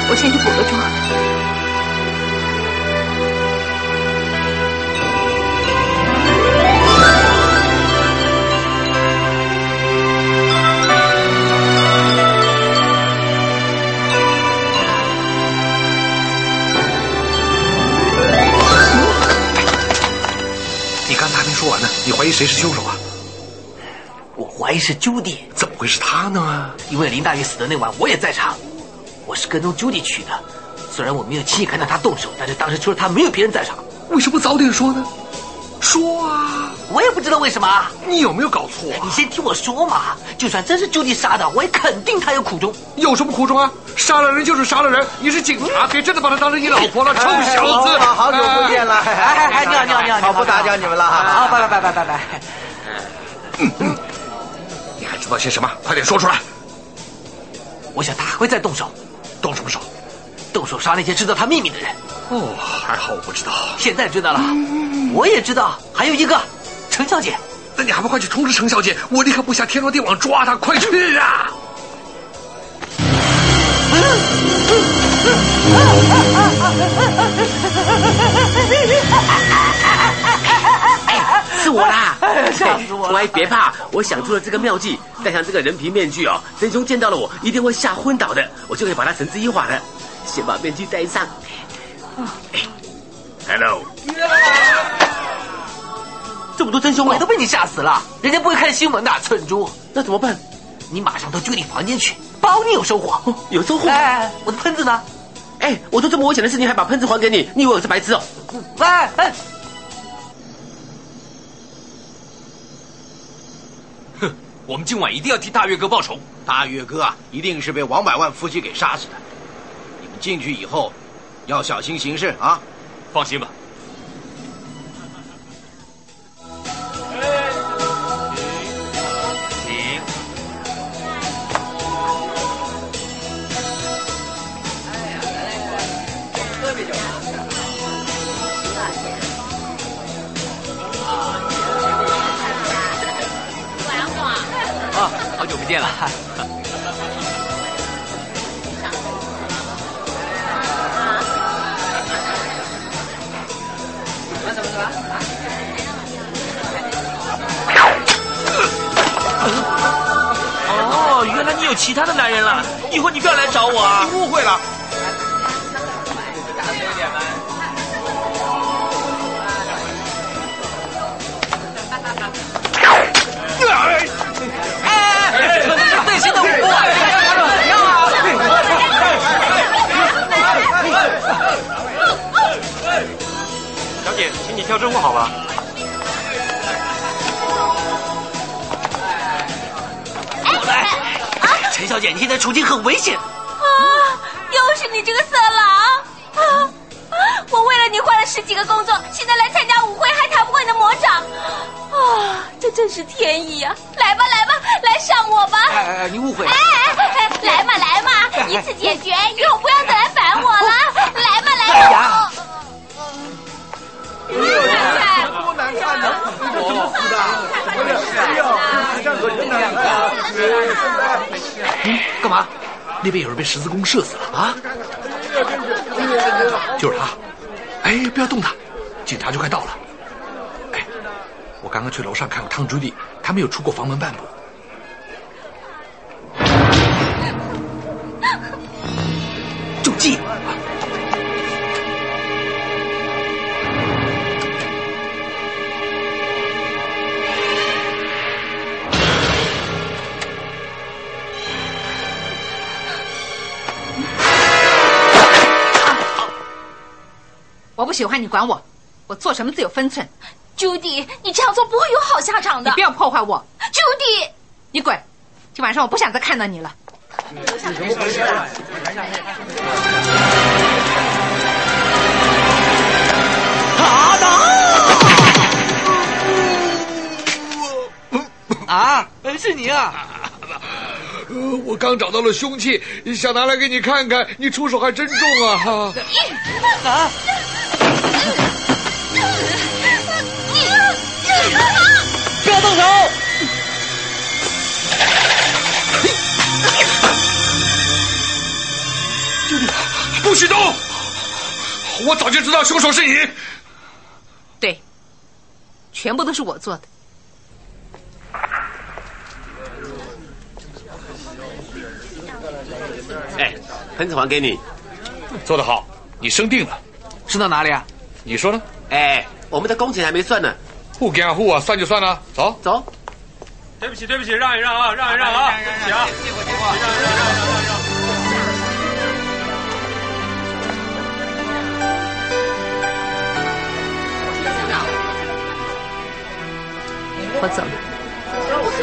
Speaker 5: 我先去补个妆。
Speaker 6: 你刚才还没说完呢，你怀疑谁是凶手啊？
Speaker 9: 我怀疑是 Judy，
Speaker 6: 怎么会是他呢？
Speaker 9: 因为林大玉死的那晚我也在场，我是跟踪 Judy 去的。虽然我没有亲眼看到他动手，但是当时除了他没有别人在场。
Speaker 6: 为什么早点说呢？说啊！
Speaker 9: 我也不知道为什么。
Speaker 6: 你有没有搞错、啊
Speaker 9: 你先听我说嘛，就算真是 Judy 杀的，我也肯定他有苦衷。
Speaker 7: 有什么苦衷啊？杀了人就是杀了人，你是警察，别真的把她当成你老婆了，臭
Speaker 8: 哎
Speaker 7: 小子！
Speaker 8: 好好久不见了
Speaker 7: 哎
Speaker 8: 哎哎
Speaker 9: 哎，你好，你好，你好，
Speaker 8: 好不打扰你们了哈
Speaker 9: 好，拜拜，拜拜，拜拜。
Speaker 7: 你还知道些什么？快点说出来！
Speaker 9: 我想他还会再动手。
Speaker 7: 动什么手？
Speaker 9: 动手杀那些知道他秘密的人。
Speaker 7: 哦，还好我不知道。
Speaker 9: 现在知道了，
Speaker 6: 嗯
Speaker 9: 我也知道，还有一个陈小姐。
Speaker 7: 那你还不快去通知程小姐？我立刻布下天罗地网抓她，快去啊！
Speaker 3: 是我啦！
Speaker 6: 哎
Speaker 3: 吓死我！乖，哎别怕，我想出了这个妙计，戴上这个人皮面具哦，真凶见到了我一定会吓昏倒的，我就可以把他绳之以法的。先把面具戴上。Hello，
Speaker 9: 这么多真凶，我都被你吓死了，人家不会看新闻的，蠢猪。那怎么办？你马上到居里房间去，包你有收获。
Speaker 3: 有收获。
Speaker 9: 哎，我的喷子呢？
Speaker 3: 哎，我做这么危险的事情还把喷子还给你，你以为我是白痴哦？
Speaker 9: 哎哎，
Speaker 45: 我们今晚一定要替大月哥报仇。
Speaker 35: 大月哥啊，一定是被王百万夫妻给杀死的。你们进去以后，要小心行事啊！
Speaker 45: 放心吧。
Speaker 35: 请。
Speaker 9: 哎
Speaker 45: 好久不见了。
Speaker 9: 哦，原来你有其他的男人了，以后你不要来找我啊！你误会了。
Speaker 35: 内心的舞步啊！小姐，请你跳支舞好吧？
Speaker 9: 来，陈小姐，你现在处境很危险。
Speaker 1: 啊，又是你这个色狼！啊，我为了你换了十几个工作，现在来参加舞会还逃不过你的魔掌！啊，这真是天意呀、啊来吧，来吧，来上我吧！
Speaker 16: 哎哎，你误会了。
Speaker 1: 哎哎哎，来嘛来嘛，一次解决，以后不要再来烦我了！来嘛来嘛！
Speaker 16: 哎多难看呢！你这怎么死的？哎呦，这可真难看！
Speaker 6: 嗯，干嘛？那边有人被十字弓射死了啊！就是他。哎，不要动他，警察就快到了。哎，我刚刚去楼上看过汤朱莉，她没有出过房门半步。
Speaker 9: 救济。
Speaker 5: 我不喜欢你管我，我做什么自有分寸。
Speaker 1: 朱迪，你这样做不会有好下场的。
Speaker 5: 你不要破坏我，
Speaker 1: 朱迪，
Speaker 5: 你滚！今晚上我不想再看到你了。
Speaker 9: 啊，是你啊！
Speaker 7: 呃我刚找到了凶器，想拿来给你看看，你出手还真重啊！哈
Speaker 9: 啊！不要动手！
Speaker 7: 不许动！我早就知道凶手是你。
Speaker 5: 对，全部都是我做的。
Speaker 6: 哎，盆子还给你，做得好，你生定了，升到哪里啊？你说呢？哎，我们的工钱还没算呢。
Speaker 7: 不干户啊，算就算了，走
Speaker 9: 哦
Speaker 6: 走。
Speaker 36: 对不起，对不起，让一让啊，让一让啊，对不起啊，
Speaker 5: 我走了。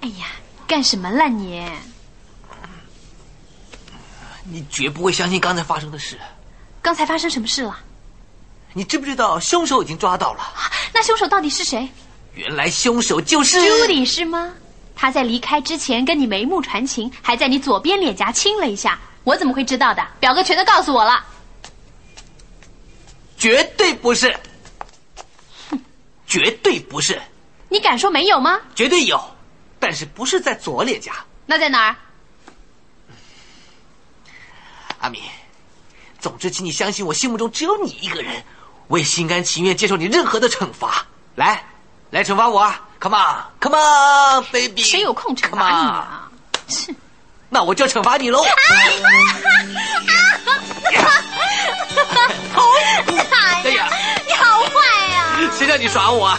Speaker 46: 哎呀，干什么了你？
Speaker 9: 你绝不会相信刚才发生的事。
Speaker 46: 刚才发生什么事了？
Speaker 9: 你知不知道凶手已经抓到了？
Speaker 46: 那凶手到底是谁？
Speaker 9: 原来凶手就是
Speaker 46: 朱莉是吗？他在离开之前跟你眉目传情，还在你左边脸颊亲了一下，我怎么会知道的？表哥全都告诉我了。
Speaker 9: 绝对不是，绝对不是，
Speaker 46: 你敢说没有吗？
Speaker 9: 绝对有，但是不是在左脸颊。
Speaker 46: 那在哪儿？
Speaker 9: 阿米，总之，请你相信我，心目中只有你一个人，我也心甘情愿接受你任何的惩罚。来，来惩罚我啊！Come on，Come on，baby。谁有
Speaker 46: 空
Speaker 9: 惩罚你啊？那我就惩罚你喽！
Speaker 1: 哎呀，你好坏呀、
Speaker 9: 啊谁叫你耍我啊？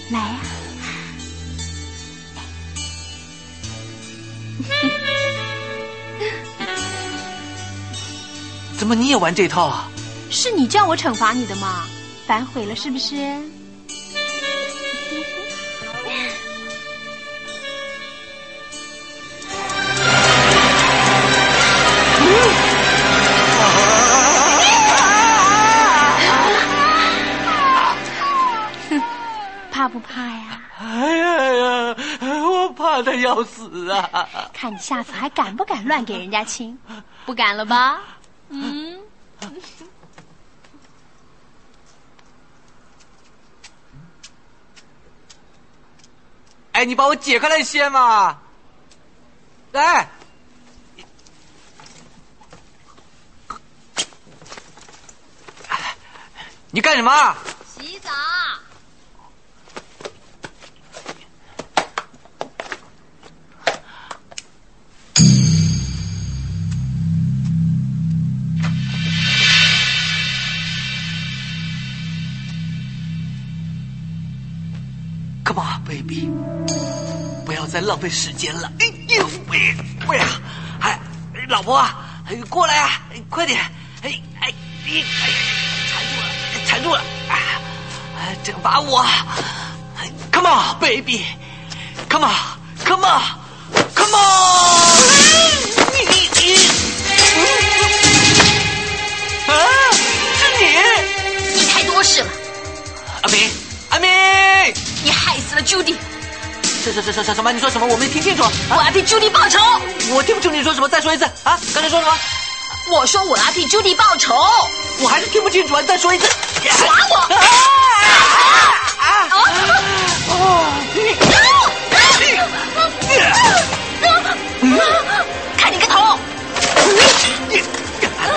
Speaker 47: 来呀、
Speaker 9: 怎么你也玩这套啊？
Speaker 1: 是你叫我惩罚你的嘛？反悔了是不是？怕不怕呀？
Speaker 9: 哎呀呀，我怕的要死啊！
Speaker 1: 看你下次还敢不敢乱给人家亲？不敢了吧？嗯。
Speaker 9: 哎，你把我解开来些嘛！哎，你干什么啊？
Speaker 48: 洗澡。
Speaker 9: Come on, baby，不要再浪费时间了。哎呦喂喂啊！哎，老婆啊，哎过来啊，哎快点！哎哎哎哎，缠住了，缠住了！啊，哎惩罚我哎！Come on, baby, come on, come on, come on！你哎你你！啊，是你！
Speaker 5: 你太多事了，
Speaker 9: 阿明，阿明！
Speaker 5: 你害死了 Judy，
Speaker 9: 这这这这这什么？你说什么？我没听清楚。
Speaker 5: 我要替 Judy 报仇。
Speaker 9: 我听不清你说什么，再说一次啊！刚才说什么？
Speaker 5: 我说我要替 Judy 报仇，
Speaker 9: 我还是听不清楚，你再说一次。
Speaker 5: 耍我！啊啊啊！看你个头！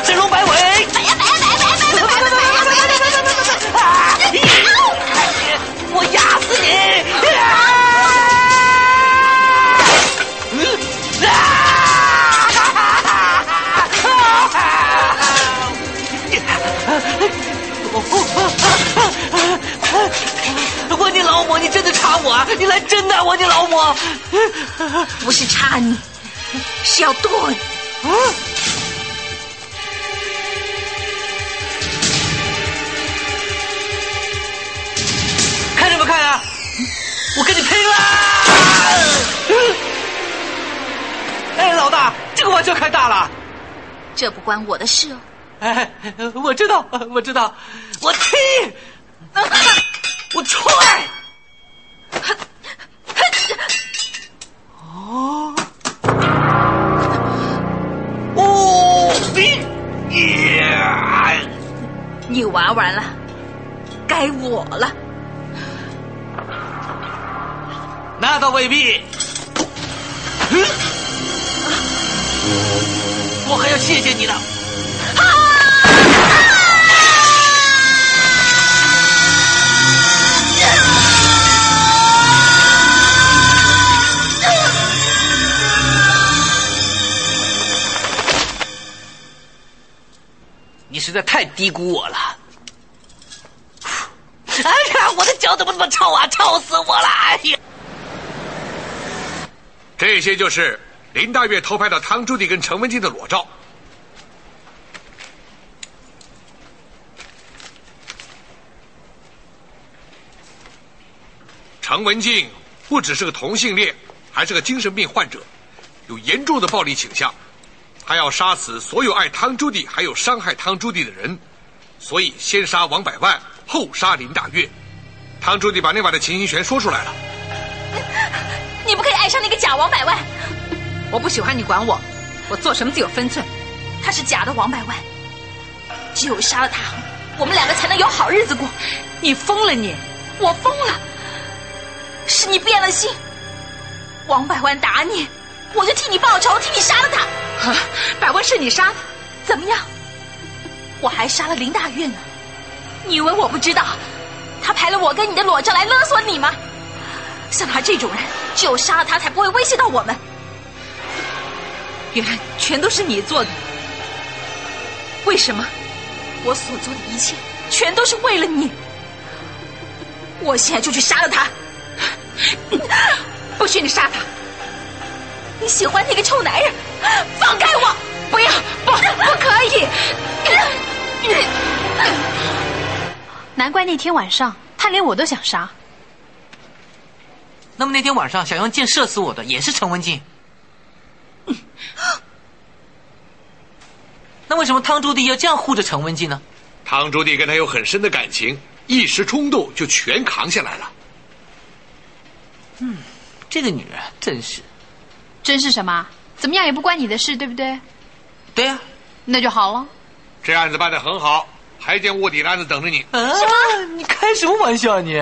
Speaker 9: 神龙摆尾！
Speaker 5: 摆呀摆呀摆呀摆呀摆呀摆呀摆呀摆呀摆呀！
Speaker 9: 我压死你！我你老母，你真的插我啊！你来真的，我你老母！
Speaker 5: 不是插你，是要剁你。
Speaker 9: 看什么看啊！我跟你拼了！啊哎，老大，这个玩笑开大了！啊
Speaker 5: 这不关我的事哦。
Speaker 9: 哎，我知道，我知道，我踢， 我踹。哦，哦，你，
Speaker 5: 你玩完了，该我了。
Speaker 9: 那倒未必。嗯我还要谢谢你呢。你实在太低估我了。哎呀，我的脚怎么这么臭啊？臭死我了！哎呀，
Speaker 7: 这些就是林大月偷拍到汤朱棣跟陈文静的裸照。陈文静不只是个同性恋，还是个精神病患者，有严重的暴力倾向。他要杀死所有爱汤朱棣还有伤害汤朱棣的人，所以先杀王百万，后杀林大月。汤朱棣把那晚的情形全说出来了。
Speaker 5: 你不可以爱上那个假王百万，
Speaker 49: 我不喜欢你管我，我做什么都有分寸。
Speaker 5: 他是假的王百万，只有杀了他，我们两个才能有好日子过。
Speaker 49: 你疯了你！
Speaker 5: 我疯了，是你变了心。王百万打你，我就替你报仇，替你杀了他。
Speaker 49: 啊，百万是你杀的，
Speaker 5: 怎么样？我还杀了林大月呢，你以为我不知道？他拍了我跟你的裸照来勒索你吗？像他这种人，只有杀了他才不会威胁到我们。
Speaker 49: 原来全都是你做的。为什么？
Speaker 5: 我所做的一切，全都是为了你。我现在就去杀了他。不许你杀他！你喜欢那个臭男人，放开我！不要，不，不可以！
Speaker 50: 难怪那天晚上他连我都想杀。
Speaker 8: 那么那天晚上想用箭射死我的也是陈文静。 那为什么汤朱棣要这样护着陈文静呢？
Speaker 7: 唐朱棣跟他有很深的感情，一时冲动就全扛下来了。
Speaker 8: 嗯，这个女人真是……
Speaker 50: 真是什么？怎么样也不关你的事，对不对？
Speaker 8: 对呀、啊。
Speaker 50: 那就好了。
Speaker 7: 这案子办得很好，还一件卧底的案子等着你。
Speaker 8: 啊！你开什么玩笑、啊、你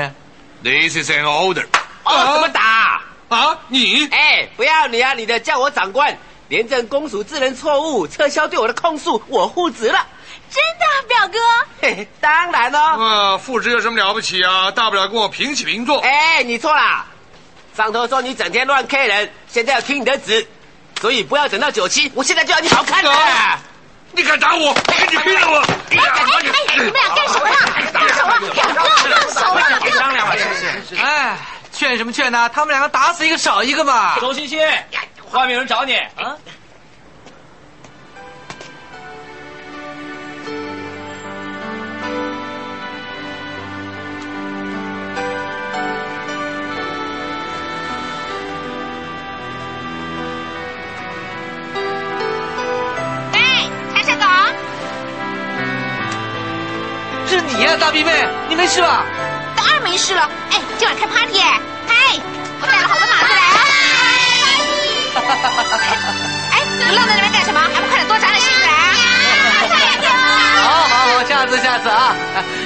Speaker 7: ？This is an order。
Speaker 3: 哦，怎么打
Speaker 7: 啊？你？
Speaker 3: 哎，不要你啊！你的叫我长官。廉政公署致人错误，撤销对我的控诉，我复职了。
Speaker 5: 真的，啊表哥？
Speaker 3: 嘿当然喽、
Speaker 7: 哦。啊，复职有什么了不起啊？大不了跟我平起平坐。
Speaker 3: 哎，你错啦。上头说你整天乱 K 人，现在要听你的旨，所以不要等到九七，我现在就要你好看的、
Speaker 8: 哦
Speaker 3: 啊。
Speaker 7: 你敢打我？你拼了我！
Speaker 5: 哎哎，你们俩干什么啦？放手啊！表哥，放手啊！
Speaker 8: 商量吧，是是。哎，劝什么劝呢？他们两个打死一个少一个嘛。
Speaker 3: 周欣欣，
Speaker 8: 外面有人找你啊！是你呀、啊，大逼妹，你没事吧？
Speaker 1: 当然没事了。哎，今晚开 party，哎，我带了好多马子来。哎，你愣在那边干什么？还不快点多展点兴致来啊！
Speaker 8: 好好好，下次下次啊，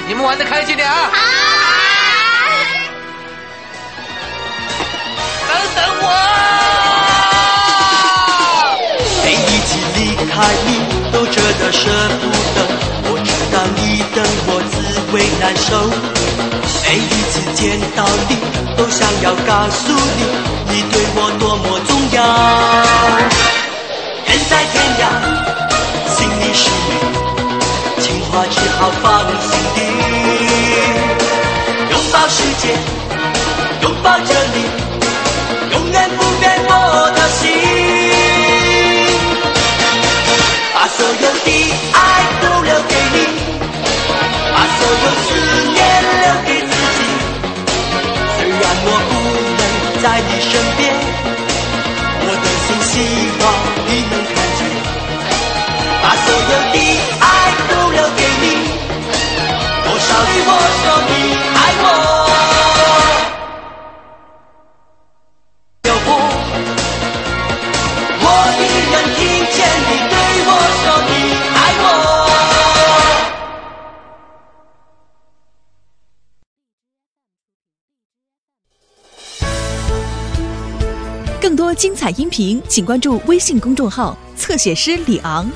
Speaker 8: 你们玩的开心点啊！等等我！
Speaker 9: 每一次离开你，都觉得舍不得。到你等我滋味难受，每一次见到你，都想要告诉你，你对我多么重要。人在天涯，心里是你，情话只好放心底。拥抱世界，拥抱着你，永远不变我的心。把所有的爱都留给你。把所有思念留给自己，虽然我不能在你身边，我的心希望你能看见。把所有的爱都留给你，多少次我说你爱我，有我，我依然听见你对我说你爱我。
Speaker 51: 更多精彩音频，请关注微信公众号“侧写师李昂”。